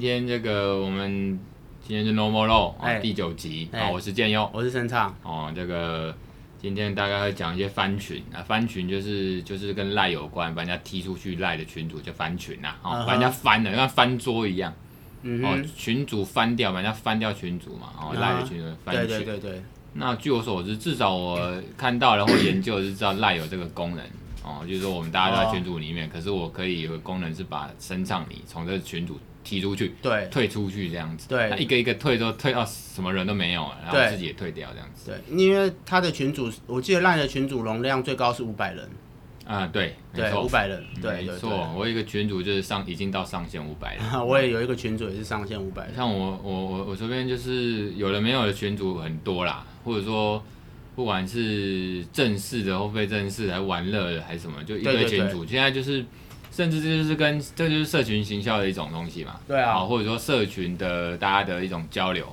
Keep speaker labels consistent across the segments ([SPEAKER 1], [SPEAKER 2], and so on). [SPEAKER 1] 天这个我们今天是 Normal Row 啊
[SPEAKER 2] 哎
[SPEAKER 1] 第九集啊，
[SPEAKER 2] 哎
[SPEAKER 1] 我是建佑
[SPEAKER 2] 我是陈畅，
[SPEAKER 1] 哦，这个今天大概会讲一些翻群啊，翻群就是就是跟赖有关，把人家踢出去赖的群主就翻群啊，
[SPEAKER 2] 嗯
[SPEAKER 1] 哦，
[SPEAKER 2] 哼
[SPEAKER 1] 把人家翻了，像翻桌一样
[SPEAKER 2] 嗯
[SPEAKER 1] 哦
[SPEAKER 2] 哼，，
[SPEAKER 1] 群主翻掉，把人家翻掉群主嘛，哦，
[SPEAKER 2] 嗯
[SPEAKER 1] 赖的群主
[SPEAKER 2] 对
[SPEAKER 1] 翻
[SPEAKER 2] 对
[SPEAKER 1] 群。
[SPEAKER 2] 对对，
[SPEAKER 1] 那据我所知，至少我看到然后研究是知道赖有这个功能。哦，就是说我们大家都在
[SPEAKER 2] 哦
[SPEAKER 1] 群组里面，可是我可以有个功能是把身上你从这个群组踢出去，
[SPEAKER 2] 对
[SPEAKER 1] 退出去这样子，
[SPEAKER 2] 对
[SPEAKER 1] 那一个一个退都退到什么人都没有了，然后
[SPEAKER 2] 对
[SPEAKER 1] 自己也退掉这样子，
[SPEAKER 2] 对，因为他的群主，我记得烂的群主容量最高是五百人，
[SPEAKER 1] 啊，对，没
[SPEAKER 2] 对，五
[SPEAKER 1] 错，
[SPEAKER 2] 百人，对
[SPEAKER 1] 没
[SPEAKER 2] 对
[SPEAKER 1] 错，
[SPEAKER 2] 对。
[SPEAKER 1] 我有一个群主就是上已经到上限五百 了，
[SPEAKER 2] 我也有一个群主也是上限五百人，
[SPEAKER 1] 像我我我我这边就是有的没有的群主很多啦，或者说不管是正式的或非正式的，还玩乐的还是什么，就一
[SPEAKER 2] 对
[SPEAKER 1] 堆
[SPEAKER 2] 对对
[SPEAKER 1] 群主，现在就是甚至这就是跟这就是社群行销的一种东西嘛，
[SPEAKER 2] 对啊
[SPEAKER 1] 好或者说社群的大家的一种交流。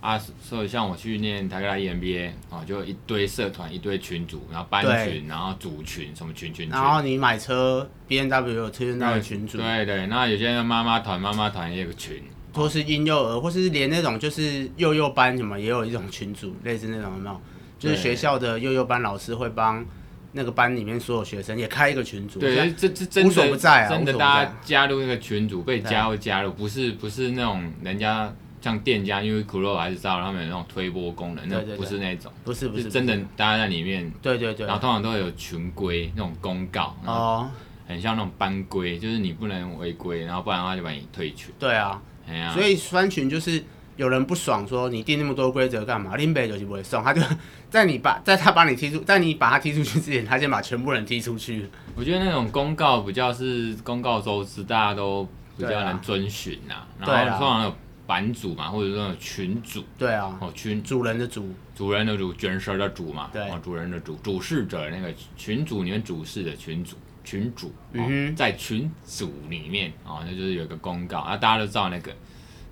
[SPEAKER 1] 啊，所以像我去念台科大 EMBA 啊，就一堆社团、一堆群组，然后班
[SPEAKER 2] 对
[SPEAKER 1] 群，然后组群，什么群群群，
[SPEAKER 2] 然后你买车，B N W 有车圈到的群主，
[SPEAKER 1] 对对，那有些人妈妈团、妈妈团也有个群，
[SPEAKER 2] 或是婴幼儿，或是连那种就是幼幼班什么也有一种群组，类似那种有没有？就是
[SPEAKER 1] 对
[SPEAKER 2] 学校的幼幼班老师会帮那个班里面所有学生也开一个群组，
[SPEAKER 1] 对，
[SPEAKER 2] 像
[SPEAKER 1] 这这真的
[SPEAKER 2] 无所不在啊
[SPEAKER 1] 真的
[SPEAKER 2] 无所不在
[SPEAKER 1] 大家加入那个群组被
[SPEAKER 2] 对
[SPEAKER 1] 加入加入，不是不是那种人家像店家，因为 c o o 还是知道他们有那种推波功能，那
[SPEAKER 2] 对对对
[SPEAKER 1] 不是那种，
[SPEAKER 2] 不是不是
[SPEAKER 1] 是真的
[SPEAKER 2] 不是
[SPEAKER 1] 大家在里面，
[SPEAKER 2] 对对对
[SPEAKER 1] 然后通常都会有群规那种公告，然后
[SPEAKER 2] 哦，
[SPEAKER 1] 很像那种班规，就是你不能违规，然后不然的话就把你退群。
[SPEAKER 2] 对啊，
[SPEAKER 1] 哎呀，
[SPEAKER 2] 所以酸群就是有人不爽说你定那么多规则干嘛？林北就是不会送，他就在你把在他把你踢出，在你把他踢出去之前，他先把全部人踢出去。
[SPEAKER 1] 我觉得那种公告比较是公告周知，大家都比较
[SPEAKER 2] 对啊
[SPEAKER 1] 能遵循呐、
[SPEAKER 2] 对啊
[SPEAKER 1] 然后通常有版主嘛，或者说有群主
[SPEAKER 2] 对啊，
[SPEAKER 1] 哦，群
[SPEAKER 2] 主人的主，
[SPEAKER 1] 主人的主，卷舌的主嘛，
[SPEAKER 2] 对
[SPEAKER 1] 哦，主人的主，主事者那个群主里面主事的群主，群主，哦
[SPEAKER 2] 嗯哼
[SPEAKER 1] 在群组里面哦，那就是有一个公告，啊，大家都知道那个，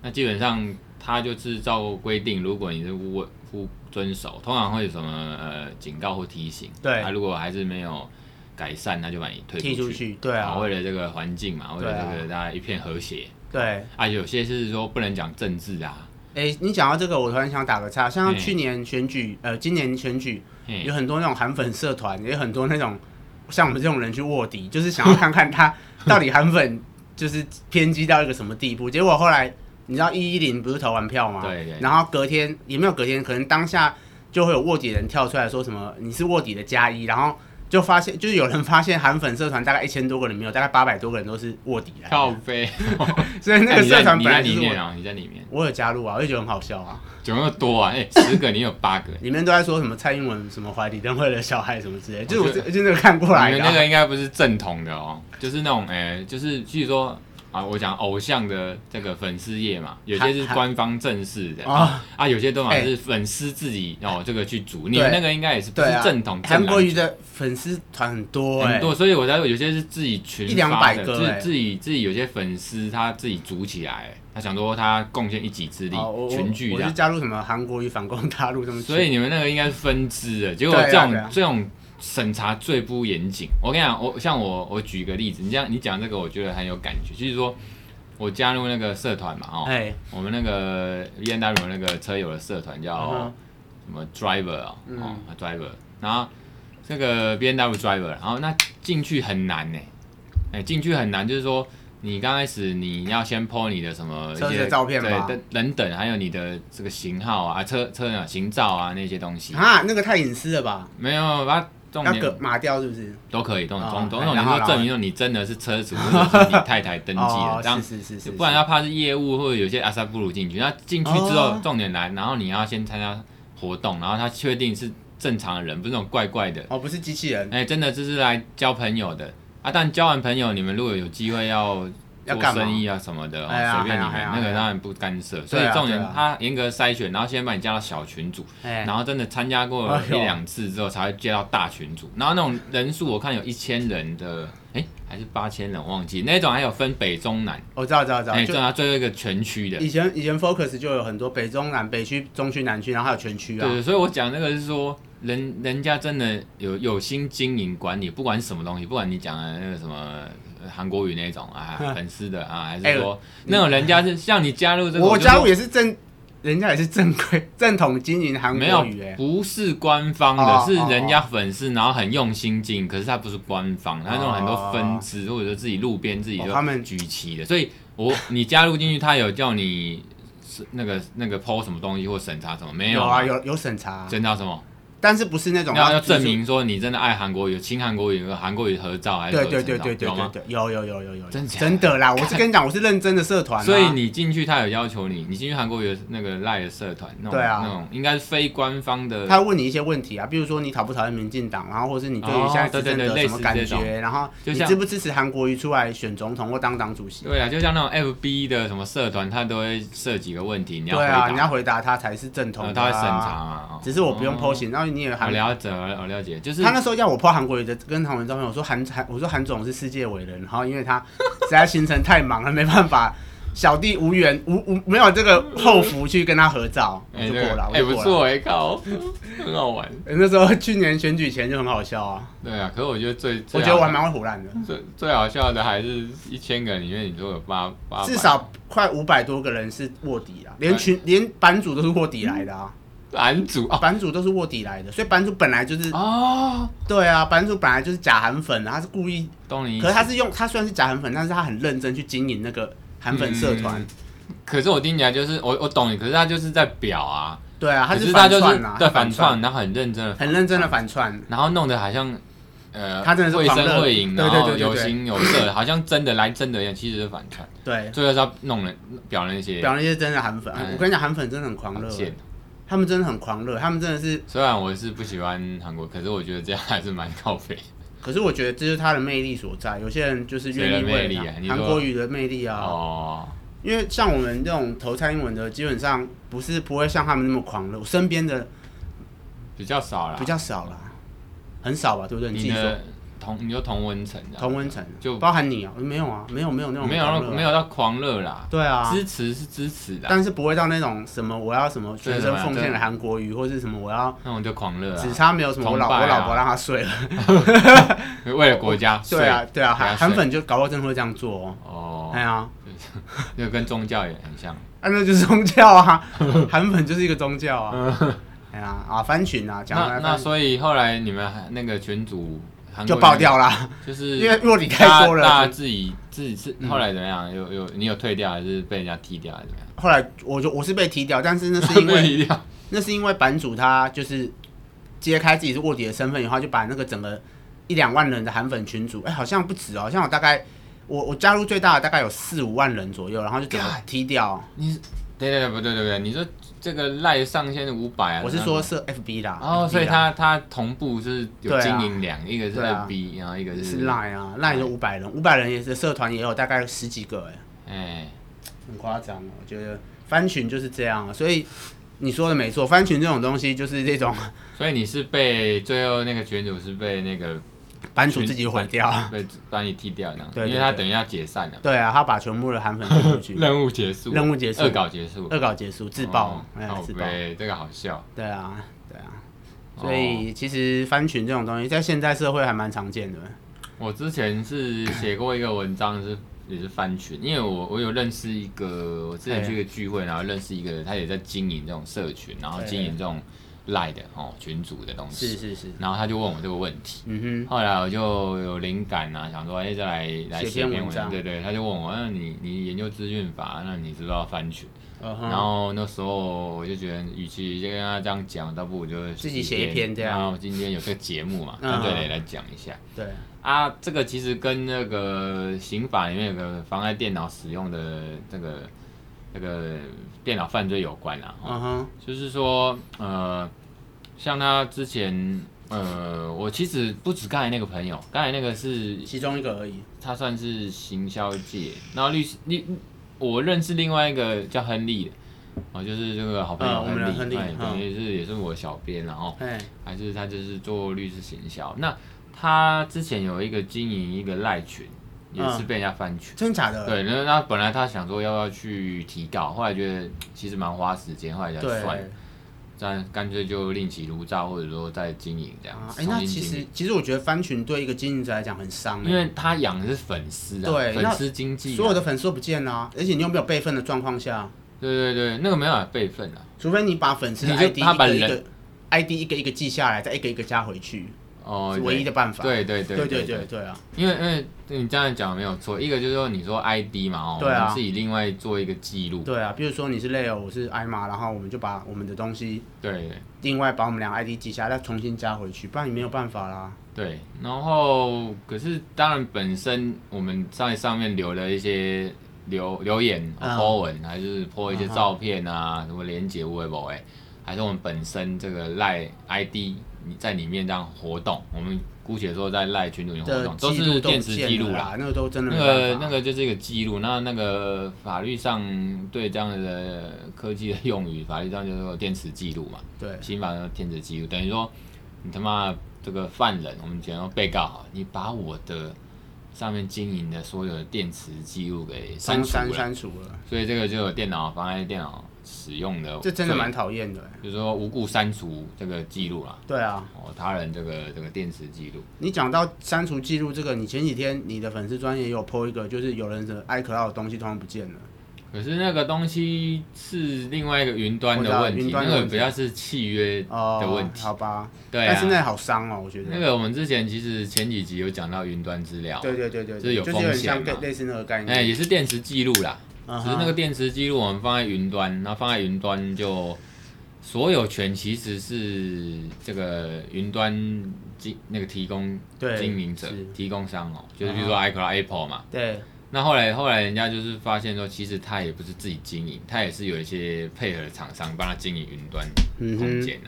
[SPEAKER 1] 那基本上他就是照规定，如果你是不不遵守，通常会有什么呃警告或提醒，
[SPEAKER 2] 对
[SPEAKER 1] 啊，如果还是没有改善，那就把你退
[SPEAKER 2] 踢出去。对
[SPEAKER 1] 啊，
[SPEAKER 2] 啊，
[SPEAKER 1] 为了这个环境嘛，为了
[SPEAKER 2] 对啊
[SPEAKER 1] 这个大家一片和谐
[SPEAKER 2] 对。
[SPEAKER 1] 啊，有些是说不能讲政治啊，
[SPEAKER 2] 哎、你讲到这个，我突然想打个岔。像
[SPEAKER 1] 嗯
[SPEAKER 2] 去年选举，呃，今年选举
[SPEAKER 1] 嘿
[SPEAKER 2] 有很多那种韩粉社团，也有很多那种像我们这种人去卧底，就是想要看看他 到底韩粉就是偏激到一个什么地步。结果后来你知道一一零不是投完票吗？
[SPEAKER 1] 对对
[SPEAKER 2] 然后隔天也没有隔天，可能当下就会有卧底人跳出来说什么你是卧底的加一，然后就发现就是有人发现韩粉社团大概一千多个人没有，大概八百多个人都是卧底来
[SPEAKER 1] 靠
[SPEAKER 2] 的，
[SPEAKER 1] 飞。
[SPEAKER 2] 所以那个
[SPEAKER 1] 你在
[SPEAKER 2] 社团
[SPEAKER 1] 哦你
[SPEAKER 2] 本
[SPEAKER 1] 在
[SPEAKER 2] 来就
[SPEAKER 1] 里
[SPEAKER 2] 是卧
[SPEAKER 1] 面
[SPEAKER 2] 底。
[SPEAKER 1] 啊，你在里面，
[SPEAKER 2] 我有加入啊，我就觉得很好笑啊。，
[SPEAKER 1] 怎么那么多啊？哎、十个你有八个
[SPEAKER 2] 里面都在说什么蔡英文什么怀里灯会的小孩什么之类的，就是
[SPEAKER 1] 我
[SPEAKER 2] 我
[SPEAKER 1] 觉得
[SPEAKER 2] 真真的看过来
[SPEAKER 1] 你
[SPEAKER 2] 的
[SPEAKER 1] 们
[SPEAKER 2] 啊、
[SPEAKER 1] 那个应该不是正统的哦，就是那种哎、就是据说啊，我讲偶像的这个粉丝页嘛，有些是
[SPEAKER 2] 还还
[SPEAKER 1] 官方正式的啊
[SPEAKER 2] 啊
[SPEAKER 1] 有些都嘛
[SPEAKER 2] 哎
[SPEAKER 1] 是粉丝自己、哦这个去组，你们那个应该也是不
[SPEAKER 2] 对
[SPEAKER 1] 是
[SPEAKER 2] 啊
[SPEAKER 1] 正统
[SPEAKER 2] 韩
[SPEAKER 1] 正
[SPEAKER 2] 国
[SPEAKER 1] 蓝
[SPEAKER 2] 瑜的粉丝团很多哎、
[SPEAKER 1] 很多，所以我才说有些是自己群
[SPEAKER 2] 一两
[SPEAKER 1] 发
[SPEAKER 2] 百
[SPEAKER 1] 的，
[SPEAKER 2] 个
[SPEAKER 1] 就是
[SPEAKER 2] 哎
[SPEAKER 1] 自己自己有些粉丝他自己组起来，他想说他贡献一己之力
[SPEAKER 2] 哦我，我
[SPEAKER 1] 群聚
[SPEAKER 2] 我
[SPEAKER 1] 这
[SPEAKER 2] 是
[SPEAKER 1] 样。
[SPEAKER 2] 加入什么韩国瑜反攻大陆什么群，
[SPEAKER 1] 所以你们那个应该是分支的，结果
[SPEAKER 2] 对
[SPEAKER 1] 这
[SPEAKER 2] 啊
[SPEAKER 1] 种、
[SPEAKER 2] 对啊
[SPEAKER 1] 这种审查最不严谨。我跟你讲，我像我我举一个例子，你这样你讲这个，我觉得很有感觉，就是说我加入那个社团嘛，哦，
[SPEAKER 2] 哎
[SPEAKER 1] 我们那个 B N W 那个车友的社团叫、
[SPEAKER 2] 嗯哼
[SPEAKER 1] 什么 Driver 啊、
[SPEAKER 2] 嗯
[SPEAKER 1] 哦 Driver，然后这个 B N W Driver，然后那进去很难呢、哎、进去很难，就是说。你刚开始你要先 po 你的什么一
[SPEAKER 2] 车子
[SPEAKER 1] 些
[SPEAKER 2] 的照片
[SPEAKER 1] 对
[SPEAKER 2] 吗
[SPEAKER 1] 等等等，还有你的这个型号啊、啊车车啊、型照啊那些东西，
[SPEAKER 2] 啊那个太隐私了吧，
[SPEAKER 1] 没有啊把它重
[SPEAKER 2] 要
[SPEAKER 1] 点
[SPEAKER 2] 割码掉是不是？
[SPEAKER 1] 都可以，重
[SPEAKER 2] 哦
[SPEAKER 1] 重重
[SPEAKER 2] 哎
[SPEAKER 1] 点
[SPEAKER 2] 然后
[SPEAKER 1] 说证明说你真的是车主，或者是你太太登记
[SPEAKER 2] 哦
[SPEAKER 1] 的，这样
[SPEAKER 2] 是是是是，
[SPEAKER 1] 不然要怕是业务或者有些阿萨布鲁进去，那进去之后
[SPEAKER 2] 哦
[SPEAKER 1] 重点来，然后你要先参加活动，然后他确定是正常的人，不是那种怪怪的，
[SPEAKER 2] 哦不是机器人
[SPEAKER 1] 哎，真的就是来交朋友的啊。但交完朋友，你们如果有机会要
[SPEAKER 2] 要
[SPEAKER 1] 做
[SPEAKER 2] 干嘛
[SPEAKER 1] 生意啊什么的，哦
[SPEAKER 2] 哎呀
[SPEAKER 1] 随便你们
[SPEAKER 2] 哎呀，
[SPEAKER 1] 那
[SPEAKER 2] 哎
[SPEAKER 1] 个
[SPEAKER 2] 呀
[SPEAKER 1] 当然不干涉。所以
[SPEAKER 2] 对啊
[SPEAKER 1] 重点
[SPEAKER 2] 对啊
[SPEAKER 1] 他严格筛选，然后先把你加到小群组，
[SPEAKER 2] 哎、
[SPEAKER 1] 然后真的参加过
[SPEAKER 2] 哎
[SPEAKER 1] 一
[SPEAKER 2] 呦
[SPEAKER 1] 两次之后，才会接到大群组。然后那种人数，我看有一千人的，哎、还是八千人，忘记那种还有分北中南，
[SPEAKER 2] 我知道知道知道，
[SPEAKER 1] 哎、
[SPEAKER 2] 就
[SPEAKER 1] 对啊，最后一个全区的。
[SPEAKER 2] 以前以前 Focus 就有很多北中南北区中区南区，然后还有全区
[SPEAKER 1] 对
[SPEAKER 2] 啊，
[SPEAKER 1] 对，所以我讲那个是说，人人家真的有有心经营管理，不管什么东西，不管你讲的那个什么呃韩国语那种 啊，粉丝的啊，还
[SPEAKER 2] 哎
[SPEAKER 1] 是说那种人家是像你加入这个，
[SPEAKER 2] 我
[SPEAKER 1] 就
[SPEAKER 2] 加
[SPEAKER 1] 说
[SPEAKER 2] 入也是正，人家也是正规正统经营韩
[SPEAKER 1] 没有
[SPEAKER 2] 国语哎、，
[SPEAKER 1] 不是官方的
[SPEAKER 2] 哦，
[SPEAKER 1] 是人家粉丝，然后很用心经营，可是他不是官方，他那种很多分支，或者说自己路边自己
[SPEAKER 2] 哦
[SPEAKER 1] 就
[SPEAKER 2] 他们
[SPEAKER 1] 举旗的，所以我你加入进去，他有叫你是那个那个 PO 什么东西或审查什么没
[SPEAKER 2] 有
[SPEAKER 1] 有
[SPEAKER 2] 啊，有有审查啊、
[SPEAKER 1] 审查什么？
[SPEAKER 2] 但是不是那种啊
[SPEAKER 1] 要要
[SPEAKER 2] 就是
[SPEAKER 1] 证明说你真的爱韩国语，亲韩国语和韩国语合照还是
[SPEAKER 2] 对
[SPEAKER 1] 合
[SPEAKER 2] 对对
[SPEAKER 1] 成照
[SPEAKER 2] 对对
[SPEAKER 1] 有
[SPEAKER 2] 对
[SPEAKER 1] 吗？
[SPEAKER 2] 对，有有有有有，
[SPEAKER 1] 真假的
[SPEAKER 2] 真的啦！我是跟你讲，我是认真的社团啊，
[SPEAKER 1] 所以你进去，他有要求你，你进去韩国语的那个赖的社团，那种
[SPEAKER 2] 对啊
[SPEAKER 1] 那种应该是非官方的，
[SPEAKER 2] 他会问你一些问题啊，比如说你讨不讨厌民进党，然后或是你对于
[SPEAKER 1] 哦
[SPEAKER 2] 现在
[SPEAKER 1] 对
[SPEAKER 2] 执政
[SPEAKER 1] 对
[SPEAKER 2] 者
[SPEAKER 1] 对
[SPEAKER 2] 有什么
[SPEAKER 1] 类似
[SPEAKER 2] 感
[SPEAKER 1] 这种
[SPEAKER 2] 觉，然后
[SPEAKER 1] 就
[SPEAKER 2] 你
[SPEAKER 1] 像
[SPEAKER 2] 支不支持韩国瑜出来选总统或当党主席？
[SPEAKER 1] 对啊，就像那种 FB 的什么社团，他都会设几个问题，你要
[SPEAKER 2] 对
[SPEAKER 1] 回答，
[SPEAKER 2] 啊，你要回答他才是正
[SPEAKER 1] 然后
[SPEAKER 2] 统的
[SPEAKER 1] 他会
[SPEAKER 2] 啊。
[SPEAKER 1] 审查嘛。哦
[SPEAKER 2] 只是我不用
[SPEAKER 1] 哦
[SPEAKER 2] PO 型，然后你也
[SPEAKER 1] 我
[SPEAKER 2] 韩，
[SPEAKER 1] 了解，我了解，就是
[SPEAKER 2] 他那时候要我 PO 韩国瑜的跟韩文照片，我说韩韩，我说韩总是世界伟人，然后因为他实在行程太忙了，没办法，小弟无缘无无没有这个后福去跟他合照，我
[SPEAKER 1] 哎
[SPEAKER 2] 就
[SPEAKER 1] 这
[SPEAKER 2] 过
[SPEAKER 1] 个
[SPEAKER 2] 了，我
[SPEAKER 1] 哎
[SPEAKER 2] 就
[SPEAKER 1] 不
[SPEAKER 2] 过了。
[SPEAKER 1] 错哎，靠，很好玩。
[SPEAKER 2] 欸那时候去年选举前就很好笑啊，
[SPEAKER 1] 对啊，可是我觉得最，
[SPEAKER 2] 我
[SPEAKER 1] 最
[SPEAKER 2] 觉得
[SPEAKER 1] 好
[SPEAKER 2] 我还蛮会胡乱的，
[SPEAKER 1] 最最好笑的还是一千个里面，你说有八八百
[SPEAKER 2] 至少快五百多个人是卧底啊，连群连版主都是卧底来的啊，
[SPEAKER 1] 男主啊
[SPEAKER 2] 版主都是卧底来的，所以版主本来就是
[SPEAKER 1] 哦，对
[SPEAKER 2] 对啊，版主本来就是假韩粉啊，他是故意，
[SPEAKER 1] 懂你意思。
[SPEAKER 2] 可是他是用他虽然是假韩粉，但是他很认真去经营那个韩粉社团
[SPEAKER 1] 嗯，可是我听起来就是我我懂你，可是他就是在表啊，
[SPEAKER 2] 对啊，他
[SPEAKER 1] 可是他
[SPEAKER 2] 反
[SPEAKER 1] 就是
[SPEAKER 2] 串啊，
[SPEAKER 1] 对
[SPEAKER 2] 他反
[SPEAKER 1] 反，串，然后很认真的
[SPEAKER 2] 很认真的反串，
[SPEAKER 1] 然后弄得好像，呃，
[SPEAKER 2] 他真的是
[SPEAKER 1] 会
[SPEAKER 2] 狂
[SPEAKER 1] 声
[SPEAKER 2] 热
[SPEAKER 1] 会影，
[SPEAKER 2] 对
[SPEAKER 1] 然
[SPEAKER 2] 对
[SPEAKER 1] 后
[SPEAKER 2] 对对
[SPEAKER 1] 有
[SPEAKER 2] 对
[SPEAKER 1] 形有色，好像真的来真的一样，其实是反串。
[SPEAKER 2] 对，
[SPEAKER 1] 最后是要弄人表那些
[SPEAKER 2] 表那些真的韩粉
[SPEAKER 1] 嗯，
[SPEAKER 2] 我跟你讲，韩粉真的很狂热，
[SPEAKER 1] 贱。
[SPEAKER 2] 他们真的很狂热，他们真的是
[SPEAKER 1] 虽然啊我是不喜欢韩国，可是我觉得这样还是蛮靠 背。
[SPEAKER 2] 可是我觉得这就是他的魅力所在，有些人就是愿意
[SPEAKER 1] 谁的魅
[SPEAKER 2] 为
[SPEAKER 1] 力
[SPEAKER 2] 了
[SPEAKER 1] 啊你
[SPEAKER 2] 他
[SPEAKER 1] 说
[SPEAKER 2] 韩国语的魅力啊，
[SPEAKER 1] 哦，
[SPEAKER 2] 因为像我们这种投蔡英文的，基本上不是不会像他们那么狂热，我身边的
[SPEAKER 1] 比较少啦。
[SPEAKER 2] 比较少啦，很少吧，对不对？你自
[SPEAKER 1] 啊你
[SPEAKER 2] 己说
[SPEAKER 1] 的同你就同温层的
[SPEAKER 2] 同温层
[SPEAKER 1] 就
[SPEAKER 2] 包含你啊，没有啊，没有没有那种
[SPEAKER 1] 没有
[SPEAKER 2] 狂
[SPEAKER 1] 到
[SPEAKER 2] 热啊
[SPEAKER 1] 没有到狂热啦，
[SPEAKER 2] 对啊，
[SPEAKER 1] 支持是支持的啊，
[SPEAKER 2] 但是不会到那种什么我要什么全身奉献给韩国语，或是什么我要
[SPEAKER 1] 那种就狂热啊
[SPEAKER 2] 只，差没有什么我老
[SPEAKER 1] 崇拜啊
[SPEAKER 2] 我老婆让他睡了，
[SPEAKER 1] 为了国家。
[SPEAKER 2] 对啊对啊，
[SPEAKER 1] 给他睡
[SPEAKER 2] 韩韩粉就搞不好真的会这样做哦，
[SPEAKER 1] 睡。哦
[SPEAKER 2] 哎，呀。
[SPEAKER 1] 就跟宗教也很像。
[SPEAKER 2] 啊，那就是宗教啊，韩粉就是一个宗教啊。哎呀啊，翻群啊，讲
[SPEAKER 1] 那
[SPEAKER 2] 来
[SPEAKER 1] 那
[SPEAKER 2] 翻
[SPEAKER 1] 所以后来你们还那个群主
[SPEAKER 2] 就爆，掉啦，
[SPEAKER 1] 韩国那个就是
[SPEAKER 2] 因为若你太多
[SPEAKER 1] 大家。
[SPEAKER 2] 了
[SPEAKER 1] 自己自己是
[SPEAKER 2] 嗯
[SPEAKER 1] 后来怎么样？有有你有退掉还是被人家踢掉还是怎么样？
[SPEAKER 2] 后来我就我是被踢掉，但是那 是因
[SPEAKER 1] 被
[SPEAKER 2] 为
[SPEAKER 1] 踢掉，
[SPEAKER 2] 那是因为版主他就是揭开自己是卧底的身份以后，就把那个整个一两万人的韩粉群组，哎、好像不止哦，好像我大概我我加入最大的大概有四五万人左右，然后就整个
[SPEAKER 1] God
[SPEAKER 2] 踢掉。
[SPEAKER 1] 你是对对对不对对不对？你说这个赖上限是五百啊？
[SPEAKER 2] 我是说是 FB 啦，
[SPEAKER 1] 然后。哦，
[SPEAKER 2] FB
[SPEAKER 1] 所以
[SPEAKER 2] 啦
[SPEAKER 1] 他他同步就是有
[SPEAKER 2] 对啊
[SPEAKER 1] 经营两，一个是
[SPEAKER 2] 对啊
[SPEAKER 1] FB，然后一个
[SPEAKER 2] 是 Line 啊，Line 有五百人，五百人也是社团也有大概十几个哎、
[SPEAKER 1] 哎，
[SPEAKER 2] 很夸张哦，我觉得翻群就是这样啊，所以你说的没错，翻群这种东西就是这种
[SPEAKER 1] 所以你是被最后那个群主是被那个
[SPEAKER 2] 版主自己毁掉。
[SPEAKER 1] 被把你踢掉的，
[SPEAKER 2] 对对
[SPEAKER 1] 因为他
[SPEAKER 2] 对
[SPEAKER 1] 等于要解散了，
[SPEAKER 2] 对啊，他把全部的韩粉推出去，
[SPEAKER 1] 任务结束，
[SPEAKER 2] 任务结束
[SPEAKER 1] 恶搞结束，
[SPEAKER 2] 恶搞结束，自爆
[SPEAKER 1] 哦，
[SPEAKER 2] 哎、
[SPEAKER 1] 靠
[SPEAKER 2] 自爆，
[SPEAKER 1] 背，这个好笑。
[SPEAKER 2] 对啊，对啊，
[SPEAKER 1] 哦
[SPEAKER 2] 所以其实翻群这种东西在现代社会还蛮常见的。
[SPEAKER 1] 我之前是写过一个文章是。也是翻群，因为我我有认识一个，我之
[SPEAKER 2] 哎
[SPEAKER 1] 前去一个聚会，然后认识一个，他也在经营这种社群，然后经营这种赖的哦群组的东
[SPEAKER 2] 哎是
[SPEAKER 1] 西，
[SPEAKER 2] 是是，
[SPEAKER 1] 然后他就问我这个问题，
[SPEAKER 2] 嗯
[SPEAKER 1] 后来我就有灵感啊，想说哎、再来来
[SPEAKER 2] 写
[SPEAKER 1] 写
[SPEAKER 2] 篇
[SPEAKER 1] 篇
[SPEAKER 2] 文章
[SPEAKER 1] 对对，他就问我，那你你研究资讯法，那你知不知道翻群？
[SPEAKER 2] 哼，嗯
[SPEAKER 1] 然
[SPEAKER 2] 哼，
[SPEAKER 1] 后那时候我就觉得，与其就跟他这样讲，倒不如就
[SPEAKER 2] 自己写一篇这样
[SPEAKER 1] 然啊后今天有这个节目嘛，
[SPEAKER 2] 嗯
[SPEAKER 1] 跟对磊来讲一下。
[SPEAKER 2] 对，
[SPEAKER 1] 啊，这个其实跟那个刑法里面有个妨碍电脑使用的这个这个电脑犯罪有关啊。哦
[SPEAKER 2] 嗯哼，
[SPEAKER 1] 就是说，呃，像他之前，呃，我其实不止刚才那个朋友，刚才那个是
[SPEAKER 2] 其中一个而已。
[SPEAKER 1] 他算是行销界，然后律师律，我认识另外一个叫亨利的，哦，就是这个好朋友
[SPEAKER 2] 嗯我们
[SPEAKER 1] 亨
[SPEAKER 2] 的
[SPEAKER 1] 利，
[SPEAKER 2] 亨利
[SPEAKER 1] 哎
[SPEAKER 2] 嗯
[SPEAKER 1] 等于是也是我小编，然后
[SPEAKER 2] 哎，
[SPEAKER 1] 还是他就是做律师行销。那他之前有一个经营一个赖群，也是被人家翻群。
[SPEAKER 2] 真假的？
[SPEAKER 1] 对，那那本来他想说要不要去提告，后来觉得其实蛮花时间，后来才
[SPEAKER 2] 对啊
[SPEAKER 1] 算了。但干脆就另起炉灶，或者说再经营这样
[SPEAKER 2] 啊，
[SPEAKER 1] 子。
[SPEAKER 2] 哎、那
[SPEAKER 1] 重新
[SPEAKER 2] 其
[SPEAKER 1] 经
[SPEAKER 2] 实
[SPEAKER 1] 营
[SPEAKER 2] 其实我觉得翻群对一个经营者来讲很伤、欸，
[SPEAKER 1] 因为他养的是粉丝啊，
[SPEAKER 2] 对那
[SPEAKER 1] 粉丝经济、啊，
[SPEAKER 2] 所有的粉丝都不见了、啊而且你又没有备份的状况下，
[SPEAKER 1] 对对对，那个没办法备份啊。
[SPEAKER 2] 除非你把粉丝的
[SPEAKER 1] 你就
[SPEAKER 2] ID 一
[SPEAKER 1] 他把
[SPEAKER 2] 个一个
[SPEAKER 1] 人
[SPEAKER 2] ID 一个一个记下来，再一个一个加回去，
[SPEAKER 1] 哦，
[SPEAKER 2] 是唯一的办法。
[SPEAKER 1] 对对
[SPEAKER 2] 对
[SPEAKER 1] 对
[SPEAKER 2] 对
[SPEAKER 1] 对
[SPEAKER 2] 对，对啊，
[SPEAKER 1] 因为因为你这样讲没有错，一个就是说你说 ID 嘛，哦，
[SPEAKER 2] 对啊
[SPEAKER 1] 我们自己另外做一个记录，
[SPEAKER 2] 对啊，比如说你是 Leo，我是艾玛，然后我们就把我们的东西
[SPEAKER 1] 对
[SPEAKER 2] 另外把我们俩 ID 记下来，再重新加回去，不然你没有办法啦。
[SPEAKER 1] 对。然后可是当然本身我们在上面留了一些留留言、
[SPEAKER 2] 嗯
[SPEAKER 1] po 文，还是 po 一些
[SPEAKER 2] 嗯哼
[SPEAKER 1] 照片啊，什么连接微博哎，还是我们本身这个赖 ID 你在里面这样活动，我们姑且说在赖群组里面活
[SPEAKER 2] 的
[SPEAKER 1] 动，都
[SPEAKER 2] 记录
[SPEAKER 1] 是
[SPEAKER 2] 都
[SPEAKER 1] 电
[SPEAKER 2] 不
[SPEAKER 1] 子
[SPEAKER 2] 见
[SPEAKER 1] 记录
[SPEAKER 2] 了
[SPEAKER 1] 啦。
[SPEAKER 2] 啦，那个都真的
[SPEAKER 1] 那
[SPEAKER 2] 没
[SPEAKER 1] 个那
[SPEAKER 2] 办法。
[SPEAKER 1] 个就是一个记录，那那个法律上对这样的科技的用语，法律上就是有电磁记录嘛，
[SPEAKER 2] 对，
[SPEAKER 1] 刑法上电磁记录，等于说你他妈这个犯人，我们讲说被告好，你把我的上面经营的所有的电磁记录给删
[SPEAKER 2] 删
[SPEAKER 1] 除
[SPEAKER 2] 删
[SPEAKER 1] 了，
[SPEAKER 2] 删除了，
[SPEAKER 1] 所以这个就有电脑妨碍电脑使用的罪，
[SPEAKER 2] 这真的蛮讨厌的欸。
[SPEAKER 1] 就是说无故删除这个记录啦，
[SPEAKER 2] 对啊，
[SPEAKER 1] 哦，他人这个这个电磁记录，
[SPEAKER 2] 你讲到删除记录这个，你前几天你的粉丝专业也有 PO 一个，就是有人的 iCloud 的东西突然不见了。
[SPEAKER 1] 可是那个东西是另外一个云端的问
[SPEAKER 2] 我
[SPEAKER 1] 题，
[SPEAKER 2] 知道云端的
[SPEAKER 1] 那个
[SPEAKER 2] 问题
[SPEAKER 1] 比较是契约
[SPEAKER 2] 哦，
[SPEAKER 1] 的问题。
[SPEAKER 2] 好吧，
[SPEAKER 1] 对
[SPEAKER 2] 但
[SPEAKER 1] 啊
[SPEAKER 2] 是，那好伤哦，我觉得。
[SPEAKER 1] 那个我们之前其实前几集有讲到云端资料，
[SPEAKER 2] 对对对对，
[SPEAKER 1] 就是有
[SPEAKER 2] 就
[SPEAKER 1] 风
[SPEAKER 2] 是
[SPEAKER 1] 险
[SPEAKER 2] 有
[SPEAKER 1] 嘛
[SPEAKER 2] 点像类类似那个概
[SPEAKER 1] 哎、
[SPEAKER 2] 念。
[SPEAKER 1] 也是电池记录啦，
[SPEAKER 2] 嗯
[SPEAKER 1] 只
[SPEAKER 2] 哼
[SPEAKER 1] 是那个电池记录我们放在云端，然后放在云端就所有权其实是这个云端经那个提供
[SPEAKER 2] 对
[SPEAKER 1] 经营者
[SPEAKER 2] 是啊
[SPEAKER 1] 提供商哦、就是比如说 iCloud Apple 嘛，
[SPEAKER 2] 对
[SPEAKER 1] 那后来后来人家就是发现说，其实他也不是自己经营，他也是有一些配合的厂商帮他经营云端
[SPEAKER 2] 嗯哼
[SPEAKER 1] 空间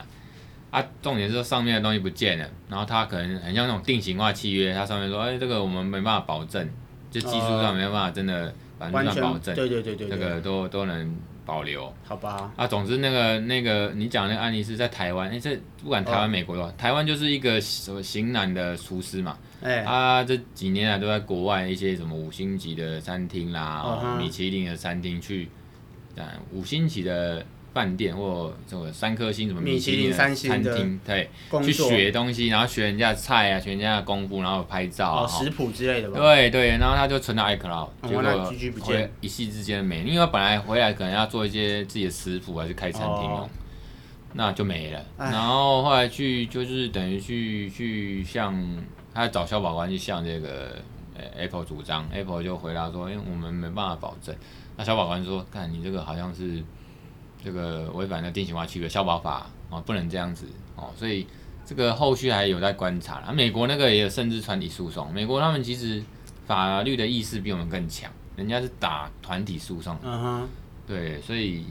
[SPEAKER 1] 啊。啊，重点是说上面的东西不见了，然后他可能很像那种定型化契约，它上面说，哎，这个我们没办法保证，就技术上没办法真的百分
[SPEAKER 2] 哦完
[SPEAKER 1] 之百
[SPEAKER 2] 全
[SPEAKER 1] 保证，
[SPEAKER 2] 对对对对
[SPEAKER 1] 这
[SPEAKER 2] 对，
[SPEAKER 1] 个都都能保留。
[SPEAKER 2] 好吧，
[SPEAKER 1] 啊，总之那个那个你讲那个案例是在台湾，哎，这不管台
[SPEAKER 2] 哦
[SPEAKER 1] 湾、美国的话，台湾就是一个什么型男的厨师嘛，
[SPEAKER 2] 哎，
[SPEAKER 1] 他啊这几年来都在国外一些什么五星级的餐厅啦、
[SPEAKER 2] 嗯哼
[SPEAKER 1] 哦米其林的餐厅去，嗯，五星级的饭店或这个三颗星什么
[SPEAKER 2] 米其林
[SPEAKER 1] 林的
[SPEAKER 2] 三星
[SPEAKER 1] 餐
[SPEAKER 2] 的
[SPEAKER 1] 厅，对，
[SPEAKER 2] 工
[SPEAKER 1] 去
[SPEAKER 2] 作
[SPEAKER 1] 学东西，然后学人家的菜啊，学人家的功夫，然后拍照啊。
[SPEAKER 2] 哦，
[SPEAKER 1] 哦
[SPEAKER 2] 食谱之类的吧。
[SPEAKER 1] 对对，然后他就存到 iCloud，、
[SPEAKER 2] 哦
[SPEAKER 1] 结
[SPEAKER 2] 那
[SPEAKER 1] 果
[SPEAKER 2] GG 不
[SPEAKER 1] 回
[SPEAKER 2] 见
[SPEAKER 1] 一夕之间没，因为他本来回来可能要做一些自己的食谱，还是开餐厅用，
[SPEAKER 2] 哦
[SPEAKER 1] 那就没了。
[SPEAKER 2] 唉
[SPEAKER 1] 然后后来去就是等于去去向他找消保官去向这个呃 Apple 主张，Apple 就回答说，因为我们没办法保证。那消保官说，看你这个好像是这个违反了定型化契约消保法哦，不能这样子哦，所以这个后续还有在观察啦。啊美国那个也有甚至团体诉讼，美国他们其实法律的意识比我们更强，人家是打团体诉讼，
[SPEAKER 2] 嗯哼，
[SPEAKER 1] 对，所以